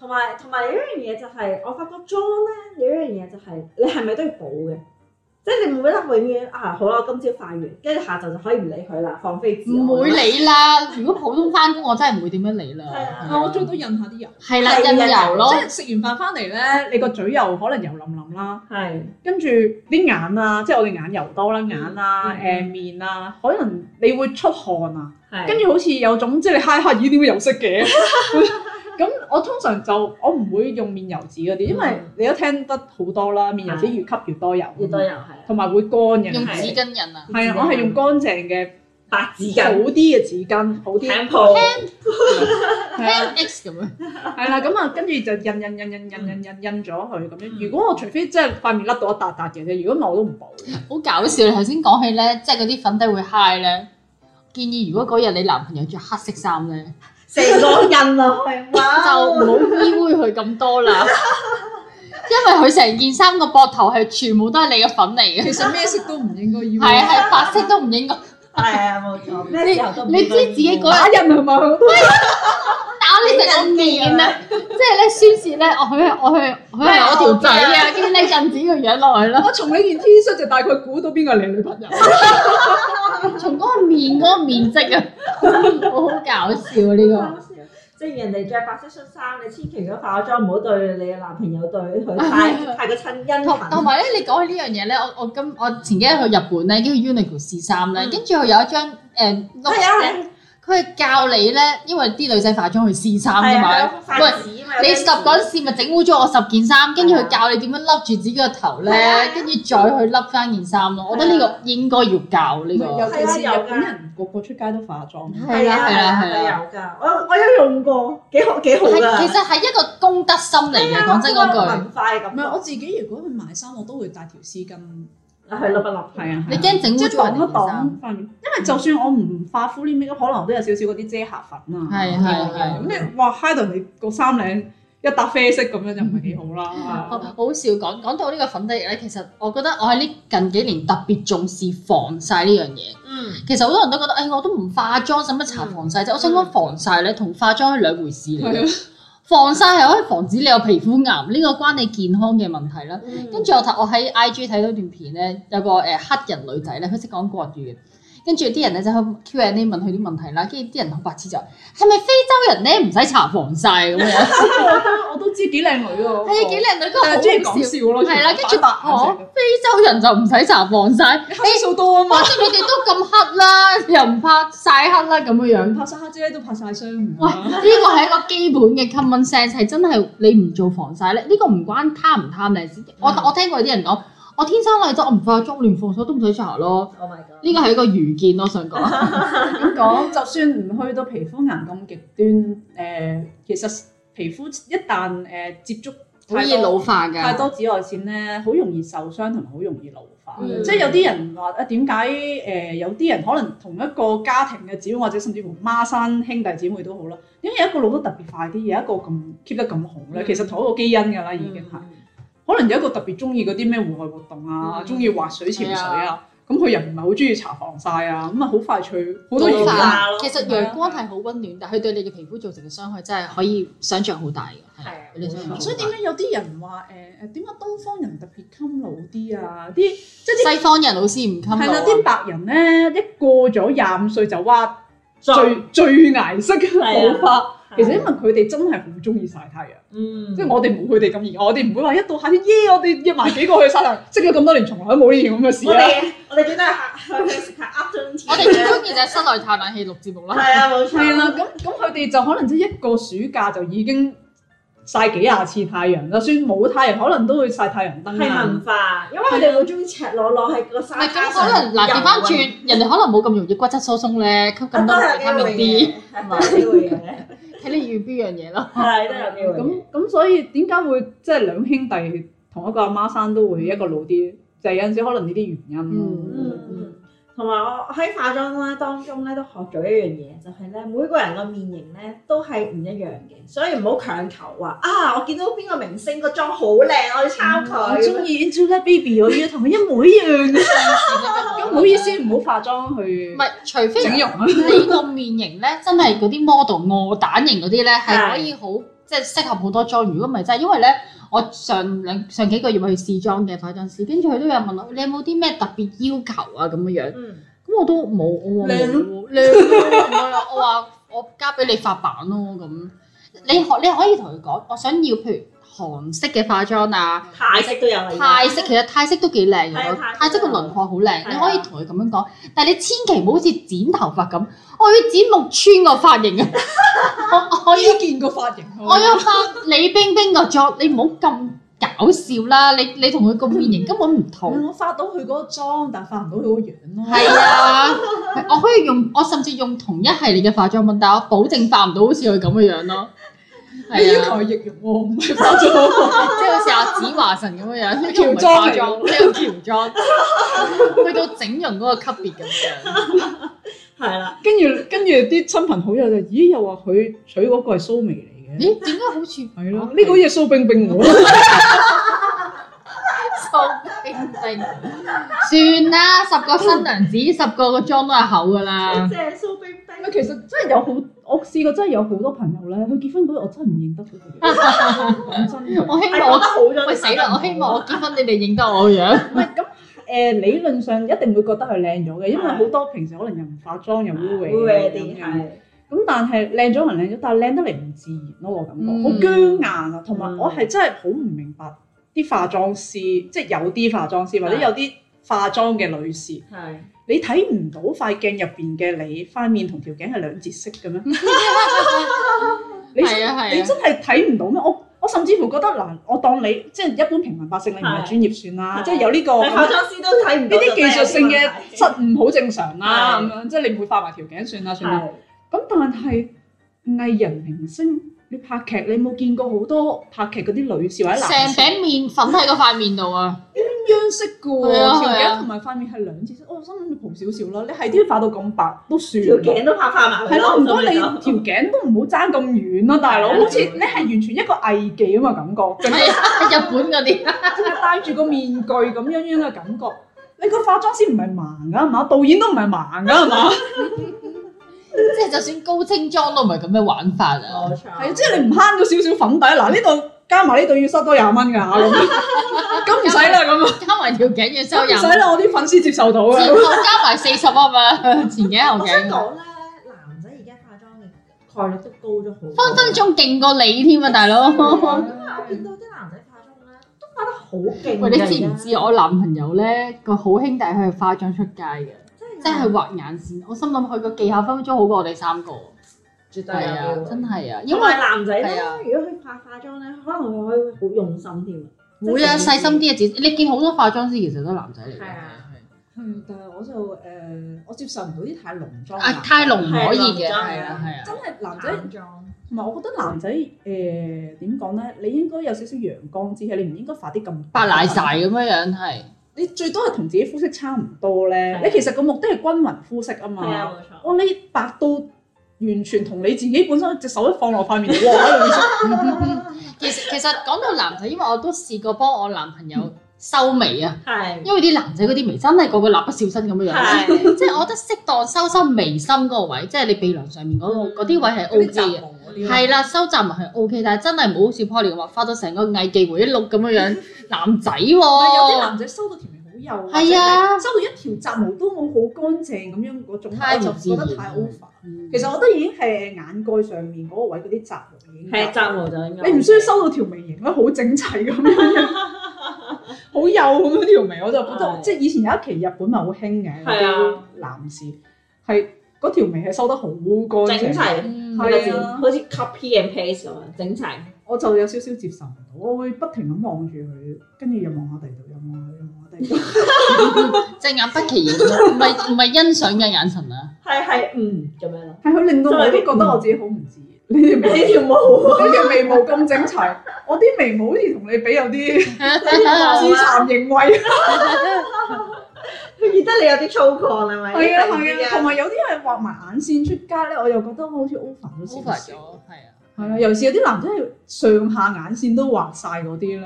[SPEAKER 3] 同埋同埋有一樣嘢就係、我發覺妝咧有一樣嘢就係、你係咪都要補嘅？即係你唔會得永遠啊好啦，我今朝化完，跟住下晝就可以唔理佢啦，放飛自我。
[SPEAKER 1] 唔會理啦，如果普通翻工我真係唔會點樣理啦。
[SPEAKER 3] 係啊哦
[SPEAKER 1] 係啊
[SPEAKER 4] 啊我最多印下啲油，
[SPEAKER 1] 係啦，印油咯
[SPEAKER 4] 即。係食完飯翻嚟咧，你個嘴又可能油淋淋啦，
[SPEAKER 3] 係
[SPEAKER 4] 跟住啲眼啊，即係我哋眼油多啦，眼啊，
[SPEAKER 3] 嗯
[SPEAKER 4] 誒面啊，可能你會出汗啊。
[SPEAKER 3] 係
[SPEAKER 4] 跟住好似有種即係你揩下咦點會油色嘅？ 咁我通常就我唔會用面油紙嗰啲，因為你都聽得好多啦，面油紙越吸越多油，
[SPEAKER 3] 嗯
[SPEAKER 4] 嗯
[SPEAKER 3] 越多油係
[SPEAKER 4] 同埋會乾嘅。
[SPEAKER 1] 用
[SPEAKER 4] 係
[SPEAKER 1] 紙巾印啊，
[SPEAKER 4] 係啊，我係用乾淨嘅
[SPEAKER 3] 白紙
[SPEAKER 4] 好
[SPEAKER 3] 巾
[SPEAKER 4] 啲嘅紙巾，好啲
[SPEAKER 3] temple
[SPEAKER 4] 係啊
[SPEAKER 1] X 咁樣，
[SPEAKER 4] 係啦，咁啊跟住就印印印印印印
[SPEAKER 3] 嗯
[SPEAKER 4] 印印咗佢咁樣。如果我除非即係塊面甩到一笪笪嘅啫，如果唔係我都唔補。
[SPEAKER 1] 好搞笑。你頭先講起咧，即係嗰啲粉底會 high 咧，建議如果嗰日你男朋友着黑色衫咧，
[SPEAKER 3] 成個印落去，
[SPEAKER 1] 就唔好依偎佢咁多 啦，因為佢成件衫個膊頭係全部都係你嘅粉嚟嘅，
[SPEAKER 4] 其實咩色都唔應該要。
[SPEAKER 1] 係係白色都唔應該。
[SPEAKER 3] 係啊冇錯，咩時候都唔
[SPEAKER 1] 你知自己嗰
[SPEAKER 4] 打印係咪好 多？
[SPEAKER 1] 打你成個面啊！即係咧宣泄咧，我佢係我佢佢係我條仔啊，跟住咧印自己個樣落去咯。
[SPEAKER 4] 我從你件 T 恤就大概估到邊個係你女朋友。
[SPEAKER 1] 從嗰個面嗰個面積啊，好好搞笑啊！呢個
[SPEAKER 3] 即係人哋着白色恤衫，你千祈如果化咗妝唔好對你嘅男朋友對佢太太過親殷
[SPEAKER 1] 同同
[SPEAKER 3] 勤。
[SPEAKER 1] 埋咧，你講起呢樣嘢咧，我我今我前幾日去日本咧，跟住 Uniqlo 試衫咧，
[SPEAKER 3] 嗯
[SPEAKER 1] 跟住佢有一張誒
[SPEAKER 3] 係啊係啊
[SPEAKER 1] 佢係教你咧，因為啲女仔化妝去試衫㗎嘛。喂，你十嗰陣時咪整污咗我十件衫，跟住佢教你點樣笠住自己個頭
[SPEAKER 3] 係啊
[SPEAKER 1] 咧，跟住再去笠翻件衫咯。我覺得呢個應該要教呢個。
[SPEAKER 4] 尤其是
[SPEAKER 3] 係啊有
[SPEAKER 4] 日本人個個出街都化妝。
[SPEAKER 1] 係啦係啦係啦。
[SPEAKER 3] 有㗎，我我有用過，幾好幾好㗎。
[SPEAKER 1] 係其實係一個公德心嚟嘅，講真嗰句。
[SPEAKER 3] 文化嘅感
[SPEAKER 4] 唔係我
[SPEAKER 3] 覺，
[SPEAKER 4] 自己，如果去買衫，我都會帶條絲巾。
[SPEAKER 3] 係笠一笠。
[SPEAKER 4] 係啊，
[SPEAKER 1] 你驚整污
[SPEAKER 4] 即係
[SPEAKER 1] 咗
[SPEAKER 4] 擋
[SPEAKER 1] 人
[SPEAKER 4] 一
[SPEAKER 1] 哋件衫？
[SPEAKER 4] 擋，因為就算我唔化 full make 可能都有少少嗰啲遮瑕粉啊。呢
[SPEAKER 1] 係係
[SPEAKER 4] 個
[SPEAKER 1] 係
[SPEAKER 4] 嘢咁你哇嗨到你個衫領一笪啡色咁樣就唔係幾好
[SPEAKER 1] 好
[SPEAKER 4] 啦。
[SPEAKER 1] 哦好笑講講到呢個粉底液咧，其實我覺得我喺呢近幾年特別重視防曬呢樣嘢。
[SPEAKER 3] 嗯，
[SPEAKER 1] 其實好多人都覺得，誒、哎我都唔化妝，使乜搽防曬啫？我想講防曬咧同化妝係兩回事嚟嘅。防曬係可以防止你有皮膚癌，呢、個關你健康嘅問題啦。跟住我睇我喺 IG 睇到段片咧，有個誒、呃黑人女仔咧，佢識講國語嘅。跟住啲人咧就喺 Q&A 問佢啲問題啦，跟住啲人好白痴就話係咪非洲人咧唔使搽防曬咁樣？
[SPEAKER 4] 我都知幾靚女喎。
[SPEAKER 1] 係啊，幾靚女，嗰個
[SPEAKER 4] 但係中意
[SPEAKER 1] 好好
[SPEAKER 4] 講
[SPEAKER 1] 笑。
[SPEAKER 4] 笑咯。
[SPEAKER 1] 係啦，跟住哦
[SPEAKER 4] 白
[SPEAKER 1] 我非洲人就唔使搽防曬，
[SPEAKER 4] 黑數多啊嘛
[SPEAKER 1] 反。正你哋都咁黑啦，又唔怕曬黑啦咁樣樣。
[SPEAKER 4] 拍晒黑姐都拍晒傷㗎
[SPEAKER 1] 喂，呢個係一個基本嘅 common sense，係真係你唔做防曬咧，呢、個唔關貪唔貪靚事。我
[SPEAKER 4] 嗯
[SPEAKER 1] 我聽過有啲人講，我天生麗質，我唔化妝，連防曬都唔使搽咯。
[SPEAKER 3] Oh my god！
[SPEAKER 1] 呢個係一個愚見咯，我 想講。
[SPEAKER 4] 咁講，就算唔去到皮膚癌咁極端，誒、其實皮膚一旦誒、接觸
[SPEAKER 1] 好
[SPEAKER 4] 太
[SPEAKER 1] 易
[SPEAKER 4] 多
[SPEAKER 1] 老化
[SPEAKER 4] 太
[SPEAKER 1] 㗎，
[SPEAKER 4] 多紫外線咧，好容易受傷同埋好容易老化。
[SPEAKER 3] 嗯
[SPEAKER 4] 即係有啲人話啊，點解誒有啲人可能同一個家庭嘅姊妹或者甚至乎孖生兄弟姊妹都好啦，點解有一個老得特別快啲，有一個咁 keep 得咁好咧？
[SPEAKER 3] 嗯
[SPEAKER 4] 其實同一個基因㗎啦，已經係。可能有一個特別中意嗰啲咩戶外活動啊，
[SPEAKER 3] 嗯
[SPEAKER 4] 中意滑水、潛水啊，咁佢又唔係好中意搽防曬啊，咁啊好快脆好多
[SPEAKER 1] 老
[SPEAKER 4] 原因。
[SPEAKER 1] 化
[SPEAKER 3] 化咯
[SPEAKER 1] 其實陽光係好温暖，但係佢對你嘅皮膚造成嘅傷害真係可以想像好大嘅。
[SPEAKER 3] 係啊
[SPEAKER 1] 你想像好大
[SPEAKER 4] 所以點解有啲人話誒誒點解東方人特別襟老啲啊？啲即係啲
[SPEAKER 1] 西方人老師唔襟
[SPEAKER 4] 係啦，
[SPEAKER 1] 老
[SPEAKER 4] 啲
[SPEAKER 1] 啊。
[SPEAKER 4] 白人咧一過咗廿五歲就哇
[SPEAKER 3] 再
[SPEAKER 4] 最最崖式
[SPEAKER 3] 係
[SPEAKER 4] 嘅
[SPEAKER 3] 啊
[SPEAKER 4] 老化。其實因為佢哋真係好中意曬太陽，
[SPEAKER 3] 嗯，
[SPEAKER 4] 即係我哋冇佢哋咁熱，我哋唔會話一到夏天耶，我哋約埋幾個去曬太陽，識咗咁多年從來都冇呢件咁嘅事啊
[SPEAKER 3] 我
[SPEAKER 4] 啦。
[SPEAKER 3] 哋我哋最多係客去食下鴨樽
[SPEAKER 1] 我哋最中意就係室內太冷氣錄節目啦。
[SPEAKER 3] 係啊，冇錯。
[SPEAKER 4] 係啦，咁咁佢哋就可能即係一個暑假就已經曬幾廿次太陽，就算冇太陽，可能都會曬太陽燈
[SPEAKER 3] 係文
[SPEAKER 4] 啊。
[SPEAKER 3] 化，因為佢哋好中意赤裸裸喺個
[SPEAKER 1] 唔
[SPEAKER 3] 山
[SPEAKER 1] 係
[SPEAKER 3] 家
[SPEAKER 1] 啊咁
[SPEAKER 3] 上啊
[SPEAKER 1] 可能嗱，調翻轉，人哋可能冇咁容易骨質疏鬆咧，吸咁多維他命 D，
[SPEAKER 3] 都有機會嘅，
[SPEAKER 1] 睇你遇邊樣嘢咯。
[SPEAKER 3] 係都啊有機會。
[SPEAKER 4] 咁咁所以點解會即係兩兄弟同一個阿媽生都會一個老啲？就係有陣時可能呢啲原因咯。
[SPEAKER 1] 嗯
[SPEAKER 3] 嗯，同埋我喺化妝咧當中咧都學咗一樣嘢，就係咧每個人個面型咧都係唔一樣嘅，所以唔好強求話啊！我見到邊個明星個妝好靚，我要抄
[SPEAKER 1] 嗯
[SPEAKER 4] 我中
[SPEAKER 3] 佢。
[SPEAKER 4] 意 Angelababy，我要同佢一模一樣嘅。 咁唔好意思，唔好化妝
[SPEAKER 1] 唔
[SPEAKER 4] 去
[SPEAKER 1] 係，除非
[SPEAKER 4] 整容啊。
[SPEAKER 1] 你個面型咧，真係嗰啲 model 鵝蛋型嗰啲咧，係可以好即係適合好多妝。如果唔係真係，因為咧，我上兩上幾個月咪去試妝嘅化妝師，跟住佢都有問我，你有冇啲咩特別要求啊咁樣樣。
[SPEAKER 3] 嗯，
[SPEAKER 1] 咁我都冇，我話
[SPEAKER 4] 靚
[SPEAKER 1] 冇靚咯咁樣啦。我話我交俾你發版咯咁。你可你可以同佢講，我想要譬如韓式嘅化妝啊。
[SPEAKER 3] 泰式都有啦。
[SPEAKER 1] 泰式其實泰式都幾
[SPEAKER 3] 係
[SPEAKER 1] 靚嘅
[SPEAKER 3] 啊，泰
[SPEAKER 1] 泰式
[SPEAKER 3] 式
[SPEAKER 1] 個
[SPEAKER 3] 都
[SPEAKER 1] 輪廓好
[SPEAKER 3] 係
[SPEAKER 1] 靚，
[SPEAKER 3] 啊
[SPEAKER 1] 你可以同佢咁樣講，但係你千祈唔好好似剪頭髮咁，我要剪木村個髮型啊！我我要
[SPEAKER 4] 呢件個髮型，
[SPEAKER 1] 我要拍李冰冰個作，你唔好咁搞笑啦！你你同佢個面型根本唔同，
[SPEAKER 4] 我化到佢嗰個妝，但係化唔到佢個樣咯。
[SPEAKER 1] 係啊， 我可以用我甚至用同一系列嘅化妝品，但我保證化唔到好似佢咁嘅樣咯。
[SPEAKER 4] 你
[SPEAKER 1] 係
[SPEAKER 4] 要
[SPEAKER 1] 啊，
[SPEAKER 4] 求係易容喎，唔係化 妝。
[SPEAKER 1] 即係好似阿子華神咁樣樣， 呢個唔係
[SPEAKER 4] 喬裝
[SPEAKER 1] 化
[SPEAKER 4] 嚟
[SPEAKER 1] 妝，呢個喬裝，去到整容嗰個級別咁樣。
[SPEAKER 3] 係啦，
[SPEAKER 4] 跟住跟住啲親朋好友就，咦又話佢娶嗰個係蘇眉嚟嘅，
[SPEAKER 1] 咦？哦點解好似
[SPEAKER 4] 係咯，呢個好似係蘇冰冰喎。
[SPEAKER 1] 收兵算啦，十個新娘子，十個個妝都係厚噶啦。
[SPEAKER 3] 即係蘇冰冰。
[SPEAKER 4] 其實真係有好，我試過真係有好多朋友咧，佢結婚嗰日我真係唔認得佢嘅 樣。講真嘅，
[SPEAKER 1] 我希
[SPEAKER 3] 係講得
[SPEAKER 1] 望我
[SPEAKER 3] 好咗，
[SPEAKER 1] 喂死啦！我希望我結婚你哋認得我個樣。
[SPEAKER 4] 唔係咁誒理論上一定會覺得佢靚咗嘅，因為好多平時可能又唔化妝又 污
[SPEAKER 3] 會
[SPEAKER 4] 穢
[SPEAKER 3] 嘅
[SPEAKER 4] 咁
[SPEAKER 3] 啲
[SPEAKER 4] 樣
[SPEAKER 3] 係。
[SPEAKER 4] 咁但係靚咗還靚咗，但係靚得嚟唔自然咯，我感覺
[SPEAKER 1] 嗯
[SPEAKER 4] 好僵硬啊，同埋
[SPEAKER 3] 嗯
[SPEAKER 4] 我係真係好唔明白
[SPEAKER 3] 啊
[SPEAKER 4] 啲化妝師，即係有啲化妝師或者有啲化妝嘅女士，
[SPEAKER 3] 係，
[SPEAKER 4] 你你睇唔到塊鏡入邊嘅你塊面同條頸係兩截色 嘅咩？你
[SPEAKER 1] 係啊係
[SPEAKER 4] 你
[SPEAKER 1] 啊
[SPEAKER 4] 真係睇唔到咩？我我甚至乎覺得嗱，我當你即係一般平民百姓，你唔係
[SPEAKER 3] 係
[SPEAKER 4] 專業算啦，
[SPEAKER 3] 係
[SPEAKER 4] 即係有呢個
[SPEAKER 3] 但
[SPEAKER 4] 咁
[SPEAKER 3] 化
[SPEAKER 4] 樣
[SPEAKER 3] 妝師都睇唔
[SPEAKER 4] 呢
[SPEAKER 3] 到就
[SPEAKER 4] 啲技
[SPEAKER 3] 真係有
[SPEAKER 4] 術性嘅
[SPEAKER 3] 問題
[SPEAKER 4] 失誤好正常啦，
[SPEAKER 3] 係
[SPEAKER 4] 咁樣即係你唔會化埋條頸算啦，算啦。
[SPEAKER 3] 係
[SPEAKER 4] 咁但係藝人明星，你拍劇你冇見過好多拍劇嗰啲女士或者男
[SPEAKER 1] 成
[SPEAKER 4] 士
[SPEAKER 1] 餅面粉喺個塊面度啊！
[SPEAKER 4] 樣色嘅喎，
[SPEAKER 1] 係啊
[SPEAKER 4] 條
[SPEAKER 1] 係啊
[SPEAKER 4] 頸同埋塊面係兩截色。我心諗你蒲少少啦，你係都要化到咁白都算
[SPEAKER 3] 條
[SPEAKER 4] 啦。
[SPEAKER 3] 頸都拍翻埋佢
[SPEAKER 4] 係咯，唔該
[SPEAKER 3] 心
[SPEAKER 4] 你
[SPEAKER 3] 裏
[SPEAKER 4] 條
[SPEAKER 3] 就
[SPEAKER 4] 頸都唔好爭咁遠啦，大佬。
[SPEAKER 3] 係啊
[SPEAKER 4] 好似你係完全一個藝伎咁嘅感覺，淨係
[SPEAKER 1] 係啊，日本嗰啲
[SPEAKER 4] 淨係戴住個面具咁樣樣嘅感覺。你個化妝師唔係盲㗎係嘛？導演都唔係盲㗎係嘛？
[SPEAKER 1] 即係就算高精裝都唔係咁樣玩法啊！
[SPEAKER 3] 冇錯，
[SPEAKER 4] 係，即係你唔慳咗少少粉底，嗱呢度加埋呢度要收多廿蚊㗎嚇咁，咁唔使啦咁啊，
[SPEAKER 1] 加埋條頸要收
[SPEAKER 4] 唔
[SPEAKER 1] 入，
[SPEAKER 4] 使啦，我啲粉絲接受到
[SPEAKER 1] 前
[SPEAKER 4] 嘅。
[SPEAKER 1] 後加埋四十啊嘛，前頸後
[SPEAKER 3] 我想
[SPEAKER 1] 頸，
[SPEAKER 3] 講咧，男仔而家化妝嘅概率都高咗好多，
[SPEAKER 1] 分分鐘勁過你添啊，大佬！
[SPEAKER 3] 因為我見到啲男仔化妝咧，都化得好勁㗎
[SPEAKER 1] 喂，你知唔
[SPEAKER 3] 而家
[SPEAKER 1] 知我男朋友咧個好兄弟佢係化妝出街嘅，
[SPEAKER 3] 真
[SPEAKER 1] 即係佢畫眼線，我心諗佢個技巧分分鐘好過我哋三個，
[SPEAKER 3] 絕對
[SPEAKER 1] 係啊
[SPEAKER 3] 有，
[SPEAKER 1] 真係啊，因
[SPEAKER 3] 因
[SPEAKER 1] 為
[SPEAKER 3] 為男仔咧
[SPEAKER 1] 係啊，
[SPEAKER 3] 如果佢化化妝咧，可能佢可以好用心添啊。
[SPEAKER 1] 會啊
[SPEAKER 3] 即
[SPEAKER 1] 細
[SPEAKER 3] 係
[SPEAKER 1] 心啲嘅自，你見好多化妝師其實都係男仔嚟嘅
[SPEAKER 3] 係啊。
[SPEAKER 4] 係，嗯但係我就誒、呃我接受唔到啲太濃妝嘅男
[SPEAKER 1] 啊，
[SPEAKER 4] 仔。
[SPEAKER 1] 太濃唔可以嘅，
[SPEAKER 3] 係啊
[SPEAKER 1] 係啊，係啊，
[SPEAKER 4] 真係男仔，
[SPEAKER 3] 眼妝
[SPEAKER 4] 同埋我覺得男仔誒點講咧？你應該有少少陽光之氣，你唔應該化啲咁
[SPEAKER 1] 白奶晒。咁樣樣係，
[SPEAKER 4] 你最多係同自己膚色差唔多咧。
[SPEAKER 3] 係
[SPEAKER 4] 你其實個目的係均勻膚色啊
[SPEAKER 3] 係啊，
[SPEAKER 4] 嘛。
[SPEAKER 3] 冇錯。
[SPEAKER 4] 哇！你白到完全同你自己本身隻手一放落塊面， 哇！
[SPEAKER 1] 其實其實講到男仔，因為我都試過幫我男朋友修眉啊，
[SPEAKER 3] 係
[SPEAKER 1] 因為啲男仔嗰啲眉真係個個蠟筆小新咁樣樣啦。
[SPEAKER 3] 係
[SPEAKER 1] 即係我覺得適當收收眉心嗰個位，即係你鼻梁上面嗰、個嗰啲位係 O
[SPEAKER 4] 嗰啲
[SPEAKER 1] K 嘅
[SPEAKER 4] 雜，毛啊嗰啲
[SPEAKER 1] 係啦，收集埋係 O K，但係真係唔好好似 Poly 咁話，花到成個藝伎回憶錄咁樣樣，男仔喎、
[SPEAKER 4] 唔係有啲男仔收到條眉好幼，或者
[SPEAKER 1] 係啊
[SPEAKER 4] 收到一條雜毛都冇好乾淨咁樣嗰種，
[SPEAKER 1] 太
[SPEAKER 4] 我
[SPEAKER 1] 唔
[SPEAKER 4] 就覺
[SPEAKER 1] 自
[SPEAKER 4] 得
[SPEAKER 1] 然
[SPEAKER 4] 太
[SPEAKER 1] 啦
[SPEAKER 4] over。
[SPEAKER 1] 嗯
[SPEAKER 4] 其實我覺得已經係眼蓋上面嗰個位嗰啲雜毛已經
[SPEAKER 3] 係雜毛就應該。
[SPEAKER 4] 你唔需要收到條眉型咧，好整齊 咁樣，好幼咁樣條眉，我就覺得
[SPEAKER 3] 係
[SPEAKER 4] 即係以前有一期日本咪好興嘅，
[SPEAKER 3] 係啊，
[SPEAKER 4] 男士係嗰條眉係收得好乾
[SPEAKER 3] 整
[SPEAKER 4] 淨，
[SPEAKER 3] 齊。
[SPEAKER 1] 嗯
[SPEAKER 4] 係
[SPEAKER 3] 個字
[SPEAKER 4] 啊
[SPEAKER 3] 好似 copy and paste 咁樣整齊，
[SPEAKER 4] 我就有少少接受唔到，我會不停咁望住佢，跟住又望下第二度，又望下佢，又 望下第二度。
[SPEAKER 1] 隻眼不其然咯，唔係唔係欣賞嘅眼神啊，
[SPEAKER 3] 係係嗯咁樣咯。
[SPEAKER 4] 係佢令到我都覺得我自己好唔自然。你 條
[SPEAKER 3] 呢
[SPEAKER 4] 眉，
[SPEAKER 3] 條毛
[SPEAKER 4] 你條眉毛咁整齊，我啲眉毛好似同你比有啲
[SPEAKER 3] 啊
[SPEAKER 4] 自慚形穢。
[SPEAKER 3] 佢見得你有啲粗犷係咪？
[SPEAKER 4] 係啊
[SPEAKER 3] 突然之
[SPEAKER 4] 係
[SPEAKER 3] 間
[SPEAKER 4] 啊，同埋有啲係畫埋眼線出街咧，我又覺得我好似 over 咗
[SPEAKER 1] over
[SPEAKER 4] 少
[SPEAKER 1] 咗
[SPEAKER 4] 少。
[SPEAKER 1] 係啊，
[SPEAKER 4] 係啊，尤其是有啲男仔係上下眼線都畫晒嗰啲咧，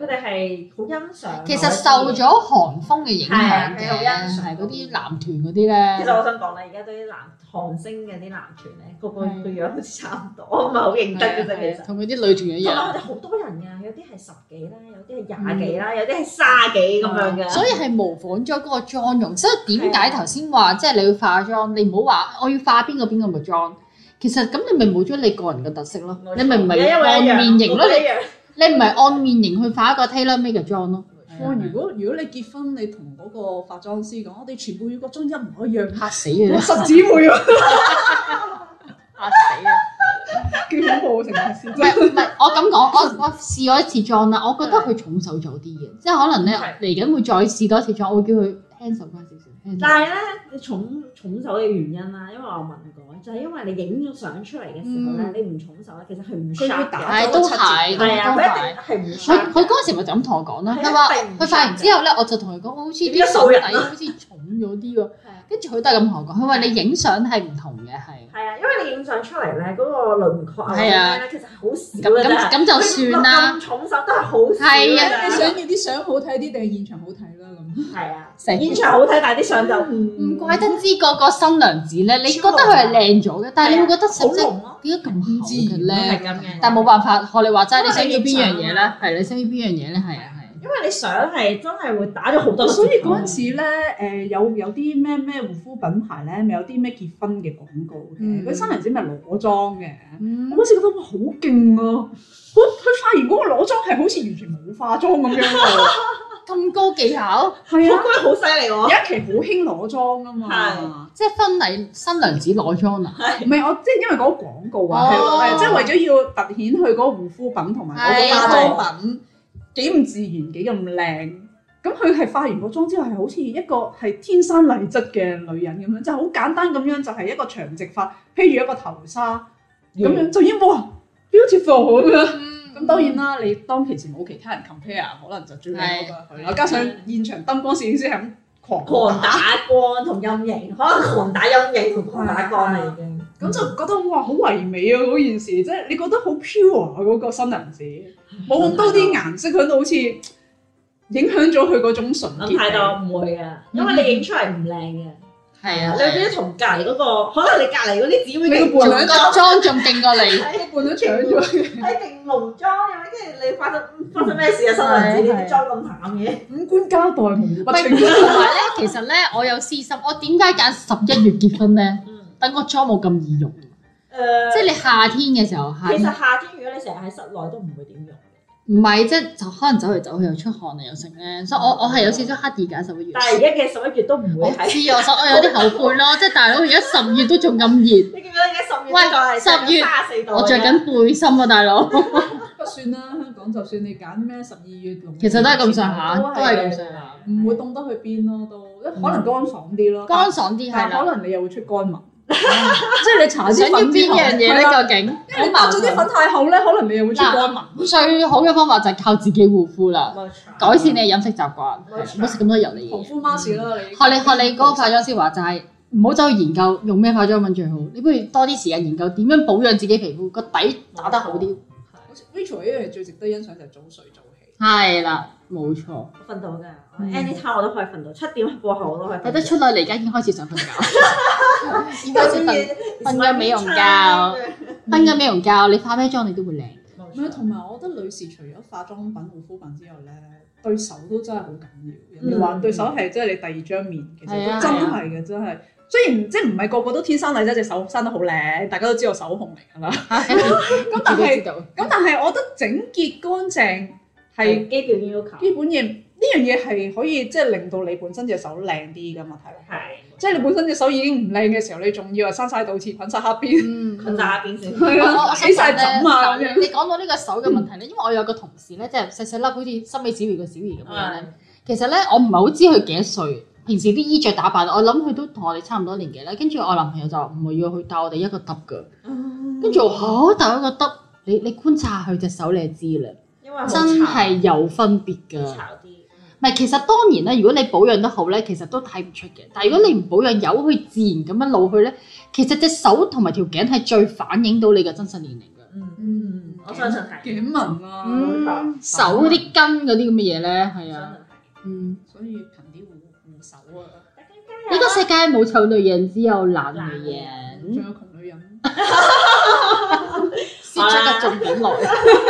[SPEAKER 3] 佢哋係好欣賞。
[SPEAKER 1] 其實受咗韓風嘅影
[SPEAKER 3] 係啊
[SPEAKER 1] 響
[SPEAKER 3] 係
[SPEAKER 1] 嘅，
[SPEAKER 3] 好欣賞
[SPEAKER 1] 係嗰啲男團嗰啲
[SPEAKER 3] 其實我
[SPEAKER 1] 咧，
[SPEAKER 3] 想講咧，而家啲男韓星嘅啲男團咧，個個個
[SPEAKER 1] 係
[SPEAKER 3] 樣好似差唔多，我唔嗯係好啊認得嘅啫。
[SPEAKER 1] 係啊
[SPEAKER 3] 其
[SPEAKER 1] 係啊
[SPEAKER 3] 實，
[SPEAKER 1] 同佢啲女團一
[SPEAKER 3] 同埋
[SPEAKER 1] 樣
[SPEAKER 3] 我哋。好多人㗎，有啲係十幾啦，有啲係廿幾啦，有啲係卅幾咁樣嘅。
[SPEAKER 1] 所以係模仿咗嗰個妝容，所以點解頭先話即係你要化妝，你唔好話我要化邊個邊個嘅妝。其實咁你咪冇咗你個人嘅特色咯，你咪唔係按面型咯，
[SPEAKER 3] 你
[SPEAKER 1] 你你唔係按面型去化一個 tailor made 嘅妝咯。
[SPEAKER 4] 哇！如果如果你結婚，你同嗰個化妝師講，我哋全部要個妝一模一樣，
[SPEAKER 1] 嚇死你
[SPEAKER 4] 我
[SPEAKER 1] 啦！
[SPEAKER 4] 十姊妹 啊，
[SPEAKER 1] 嚇死啊！
[SPEAKER 4] 幾恐怖啊！成件事
[SPEAKER 1] 唔係唔係，我咁講，我我試過一次妝啦，我覺得佢重手咗啲嘅，即係可能咧
[SPEAKER 3] 係
[SPEAKER 1] 嚟緊會再試多一次妝，我會叫佢輕手翻少少。輕手
[SPEAKER 3] 但係咧，你重重手嘅原因啦，因為我問過，就係因為你影咗相出嚟嘅時候咧，你唔重手咧，其實係唔
[SPEAKER 4] 嗯佢會
[SPEAKER 3] sharp
[SPEAKER 4] 打
[SPEAKER 3] 嘅。
[SPEAKER 1] 係都係
[SPEAKER 3] 係啊，
[SPEAKER 1] 都
[SPEAKER 3] 佢一
[SPEAKER 1] 係。
[SPEAKER 3] 定係唔
[SPEAKER 1] 佢
[SPEAKER 3] sharp 嘅。
[SPEAKER 1] 佢嗰陣時咪就咁同我講
[SPEAKER 3] 啊
[SPEAKER 1] 啦，佢話。佢化完之後咧，我就同佢講，我好似
[SPEAKER 3] 變
[SPEAKER 1] 啲
[SPEAKER 3] 咗
[SPEAKER 1] 手
[SPEAKER 3] 素
[SPEAKER 1] 底
[SPEAKER 3] 人
[SPEAKER 1] 好似重咗啲喎。跟住佢都係咁同我講，佢話你影相係唔同嘅，係
[SPEAKER 3] 係啊，因為你影相出嚟咧，嗰個輪廓啊，
[SPEAKER 1] 係啊
[SPEAKER 3] 嗰啲咧其實係好少
[SPEAKER 1] 咁
[SPEAKER 3] 嘅
[SPEAKER 1] 咁
[SPEAKER 3] 啫。
[SPEAKER 1] 咁就算啦。
[SPEAKER 3] 咁重手都係好少嘅
[SPEAKER 1] 係啊
[SPEAKER 4] 你
[SPEAKER 3] 啫
[SPEAKER 4] 想要啲相好睇啲定係現場好睇啦咁？
[SPEAKER 3] 係啊，
[SPEAKER 1] 成
[SPEAKER 3] 現場好睇，但係啲相就
[SPEAKER 1] 唔
[SPEAKER 3] 唔
[SPEAKER 1] 怪得知個個新娘子咧，你覺得佢係靚咗嘅，但係你會覺得使
[SPEAKER 3] 好
[SPEAKER 1] 唔使
[SPEAKER 3] 濃咯，
[SPEAKER 1] 點解咁
[SPEAKER 4] 唔
[SPEAKER 1] 好
[SPEAKER 4] 自
[SPEAKER 1] 嘅
[SPEAKER 4] 然
[SPEAKER 1] 咧？
[SPEAKER 3] 咁嘅
[SPEAKER 1] 但冇辦法，學你話齋，你想要邊樣嘢
[SPEAKER 3] 因為你影相？
[SPEAKER 1] 咧係你想要邊樣嘢咧？係啊係。
[SPEAKER 3] 因為你相係真係會打咗好多個折扣。
[SPEAKER 4] 所以嗰
[SPEAKER 1] 啊
[SPEAKER 4] 陣時咧，誒、有有啲咩咩護膚品牌咧，咪有啲咩結婚嘅廣告嘅，
[SPEAKER 1] 嗯
[SPEAKER 4] 佢新娘子咪裸妝嘅。
[SPEAKER 1] 嗯
[SPEAKER 4] 我嗰時覺得哇好勁啊！佢佢化完嗰個裸妝係好似完全冇化妝咁樣喎，
[SPEAKER 1] 咁高技巧，
[SPEAKER 4] 係啊，
[SPEAKER 3] 關好犀利喎，
[SPEAKER 4] 有一期好興裸妝噶嘛
[SPEAKER 3] 係。
[SPEAKER 1] 即係婚禮新娘子裸妝啊！
[SPEAKER 4] 唔係我即係因為嗰個廣告啊，係
[SPEAKER 1] 哦
[SPEAKER 4] 係即係為咗要凸顯佢嗰個護膚品同埋嗰個化妝品幾咁自然幾咁靚。咁佢係化完個妝之後係好似一個係天生麗質嘅女人咁樣，即係好簡單咁樣就係一個長直髮披住一個頭紗咁樣就已經哇 beautiful 咁樣。
[SPEAKER 1] 嗯
[SPEAKER 4] 咁當然啦，你當其時冇其他人 compare，可能就最靚嗰個佢啦。加上現場燈光攝影師係咁狂
[SPEAKER 3] 狂打光同陰影，可能狂打陰影同狂打光啦已
[SPEAKER 1] 嗯
[SPEAKER 3] 經。
[SPEAKER 4] 咁就覺得哇好唯美啊嗰件事，即係你覺得好 pure 啊嗰個新娘子，冇咁多啲顏色喺度，好似影響咗佢嗰種純
[SPEAKER 3] 諗太
[SPEAKER 4] 潔。
[SPEAKER 3] 多唔會嘅，
[SPEAKER 1] 嗯
[SPEAKER 3] 因為你影出嚟唔靚嘅，
[SPEAKER 1] 係
[SPEAKER 3] 你變咗同隔離嗰個，可能你隔離嗰啲姊妹
[SPEAKER 4] 你個
[SPEAKER 1] 做
[SPEAKER 4] 伴
[SPEAKER 1] 個
[SPEAKER 4] 娘
[SPEAKER 1] 妝仲勁過你。
[SPEAKER 4] 伴咗搶咗，
[SPEAKER 3] 睇定濃妝咁樣，跟住你發生發生咩事啊？新娘子你啲妝咁淡嘅，
[SPEAKER 4] 五官交代無不
[SPEAKER 1] 唔係
[SPEAKER 4] 清
[SPEAKER 1] 同。埋咧，其實咧，我有私心，我點解揀十一月結婚咧？
[SPEAKER 3] 嗯，
[SPEAKER 1] 等個妝冇咁易用，即係
[SPEAKER 3] 誒，
[SPEAKER 1] 你夏天嘅時候，夏
[SPEAKER 3] 呃其實
[SPEAKER 1] 天
[SPEAKER 3] 夏天如果你成日喺室內都唔會點用，
[SPEAKER 1] 唔係即係就可能走嚟走去又出汗啊又剩咧，所以
[SPEAKER 4] 哦
[SPEAKER 1] 我我係有少少刻意揀十一月
[SPEAKER 3] 但。係而家嘅十一月都唔
[SPEAKER 1] 我
[SPEAKER 3] 會
[SPEAKER 1] 知
[SPEAKER 3] 係。
[SPEAKER 1] 我所我有啲後悔 咯，即係大佬而家十月都仲咁熱，
[SPEAKER 3] 你記唔記得而家十月
[SPEAKER 1] 喂
[SPEAKER 3] 仲係
[SPEAKER 1] 十月
[SPEAKER 3] 三十四
[SPEAKER 4] 哦
[SPEAKER 3] 度？
[SPEAKER 1] 我着緊背心啊，大佬，
[SPEAKER 4] 不算啦，香港就算你揀咩十二月龍，
[SPEAKER 1] 其實都係咁上下，都係咁上下，
[SPEAKER 4] 唔會凍得去邊咯，都可能乾爽啲咯。
[SPEAKER 1] 乾爽啲係
[SPEAKER 4] 但
[SPEAKER 1] 啦。
[SPEAKER 4] 可能你又會出乾紋，即係你搽
[SPEAKER 1] 想
[SPEAKER 4] 啲
[SPEAKER 1] 要
[SPEAKER 4] 粉
[SPEAKER 1] 邊
[SPEAKER 4] 之後
[SPEAKER 1] 樣嘢咧？
[SPEAKER 4] 係啦
[SPEAKER 1] 究竟
[SPEAKER 4] 因為你抹咗啲粉太厚咧，可能你又會出乾紋。
[SPEAKER 1] 最好嘅方法就係靠自己護膚啦，
[SPEAKER 3] 冇錯
[SPEAKER 1] 改善你嘅飲食習慣，係啦唔好食咁多油膩嘢
[SPEAKER 4] 紅。夫媽士啦，你
[SPEAKER 1] 學你學你嗰個化妝師話就係唔好走去研究用咩化妝品最好，你不如多啲時間研究點樣保養自己皮膚，個底打得好啲。
[SPEAKER 4] 好似 Rachel 一樣最值得欣賞就係早睡早起，
[SPEAKER 1] 係啦，冇錯。
[SPEAKER 3] 我瞓到㗎我，anytime 我都可以瞓到，七點過後我都可以瞓到。
[SPEAKER 1] 嗯有得出嚟，而家已經開始想瞓覺， 已經開始瞓
[SPEAKER 3] 瞓
[SPEAKER 1] 瞓緊美容覺瞓緊美容覺，你化咩妝你都會靚。
[SPEAKER 4] 唔係同埋我覺得女士除咗化妝品、護膚品之外咧，對手都真係好緊要。人哋話
[SPEAKER 3] 嗯
[SPEAKER 4] 對手係即係你第二張面，其實
[SPEAKER 1] 係啊
[SPEAKER 4] 都真係嘅，真係。雖然即係唔係個個都天生麗質隻手生得好靚，大家都知道手控嚟㗎啦。
[SPEAKER 1] 咁
[SPEAKER 4] 但係
[SPEAKER 1] 知道，
[SPEAKER 4] 咁但係我覺得整潔乾淨
[SPEAKER 3] 係
[SPEAKER 4] 係
[SPEAKER 3] 基本要求。
[SPEAKER 4] 基本嘢，呢樣嘢係可以即係令到你本身隻手靚啲㗎嘛，睇落去
[SPEAKER 3] 係，
[SPEAKER 4] 即係你本身隻手已經唔靚嘅時候，你仲要話生晒倒刺、捆晒黑邊。
[SPEAKER 1] 嗯
[SPEAKER 3] 困晒一邊先。
[SPEAKER 4] 係
[SPEAKER 1] 我
[SPEAKER 4] 啊，
[SPEAKER 1] 我
[SPEAKER 4] 起晒枕啊
[SPEAKER 1] 想
[SPEAKER 4] 咁
[SPEAKER 1] 講咧
[SPEAKER 4] 樣。
[SPEAKER 1] 手你講到呢個手嘅問題咧，因為我有個同事咧，即係細細粒，好似森美小魚個小魚咁樣咧。其實咧，我唔係好知佢幾多歲。平時啲衣着打扮，我諗佢都同我哋差唔多年紀啦。跟住我男朋友就話唔係要去帶我哋一個揼㗎。跟住我嚇帶一個揼，你你觀察下佢隻手你就知啦，
[SPEAKER 3] 因啊為好
[SPEAKER 1] 真係有分別㗎。
[SPEAKER 3] 炒啲。
[SPEAKER 1] 唔係，其實當然咧，如果你保養得好咧，其實都睇唔出嘅。但係如果你唔保養，由佢自然咁樣老去咧，其實隻手同埋條頸係最反映到你嘅真實年齡㗎。
[SPEAKER 3] 嗯，
[SPEAKER 4] 嗯
[SPEAKER 3] 我相信係。
[SPEAKER 4] 頸紋啊，
[SPEAKER 1] 嗯，手嗰啲筋嗰啲咁嘅嘢咧，係
[SPEAKER 3] 相
[SPEAKER 1] 啊，
[SPEAKER 3] 信係
[SPEAKER 1] 嗯，
[SPEAKER 4] 所以憑啲護護手啊，
[SPEAKER 3] 大家
[SPEAKER 1] 呢
[SPEAKER 3] 加油
[SPEAKER 1] 個
[SPEAKER 3] 啊
[SPEAKER 1] 世界冇醜女人，只有懶女
[SPEAKER 4] 仲
[SPEAKER 1] 人。
[SPEAKER 4] 有窮女人，
[SPEAKER 1] 先出個重點來，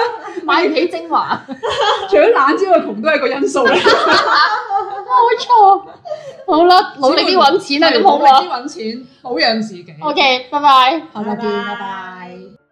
[SPEAKER 1] 買唔起精華，
[SPEAKER 4] 除咗懶之外，窮都係個因素 嚟。
[SPEAKER 1] 冇錯。好啦，努力啲 揾錢啦，咁好
[SPEAKER 4] 努力
[SPEAKER 1] 唔好
[SPEAKER 4] 啲揾錢，保養自己。
[SPEAKER 1] ？OK，拜拜。
[SPEAKER 4] 啊好，拜拜
[SPEAKER 3] 拜拜。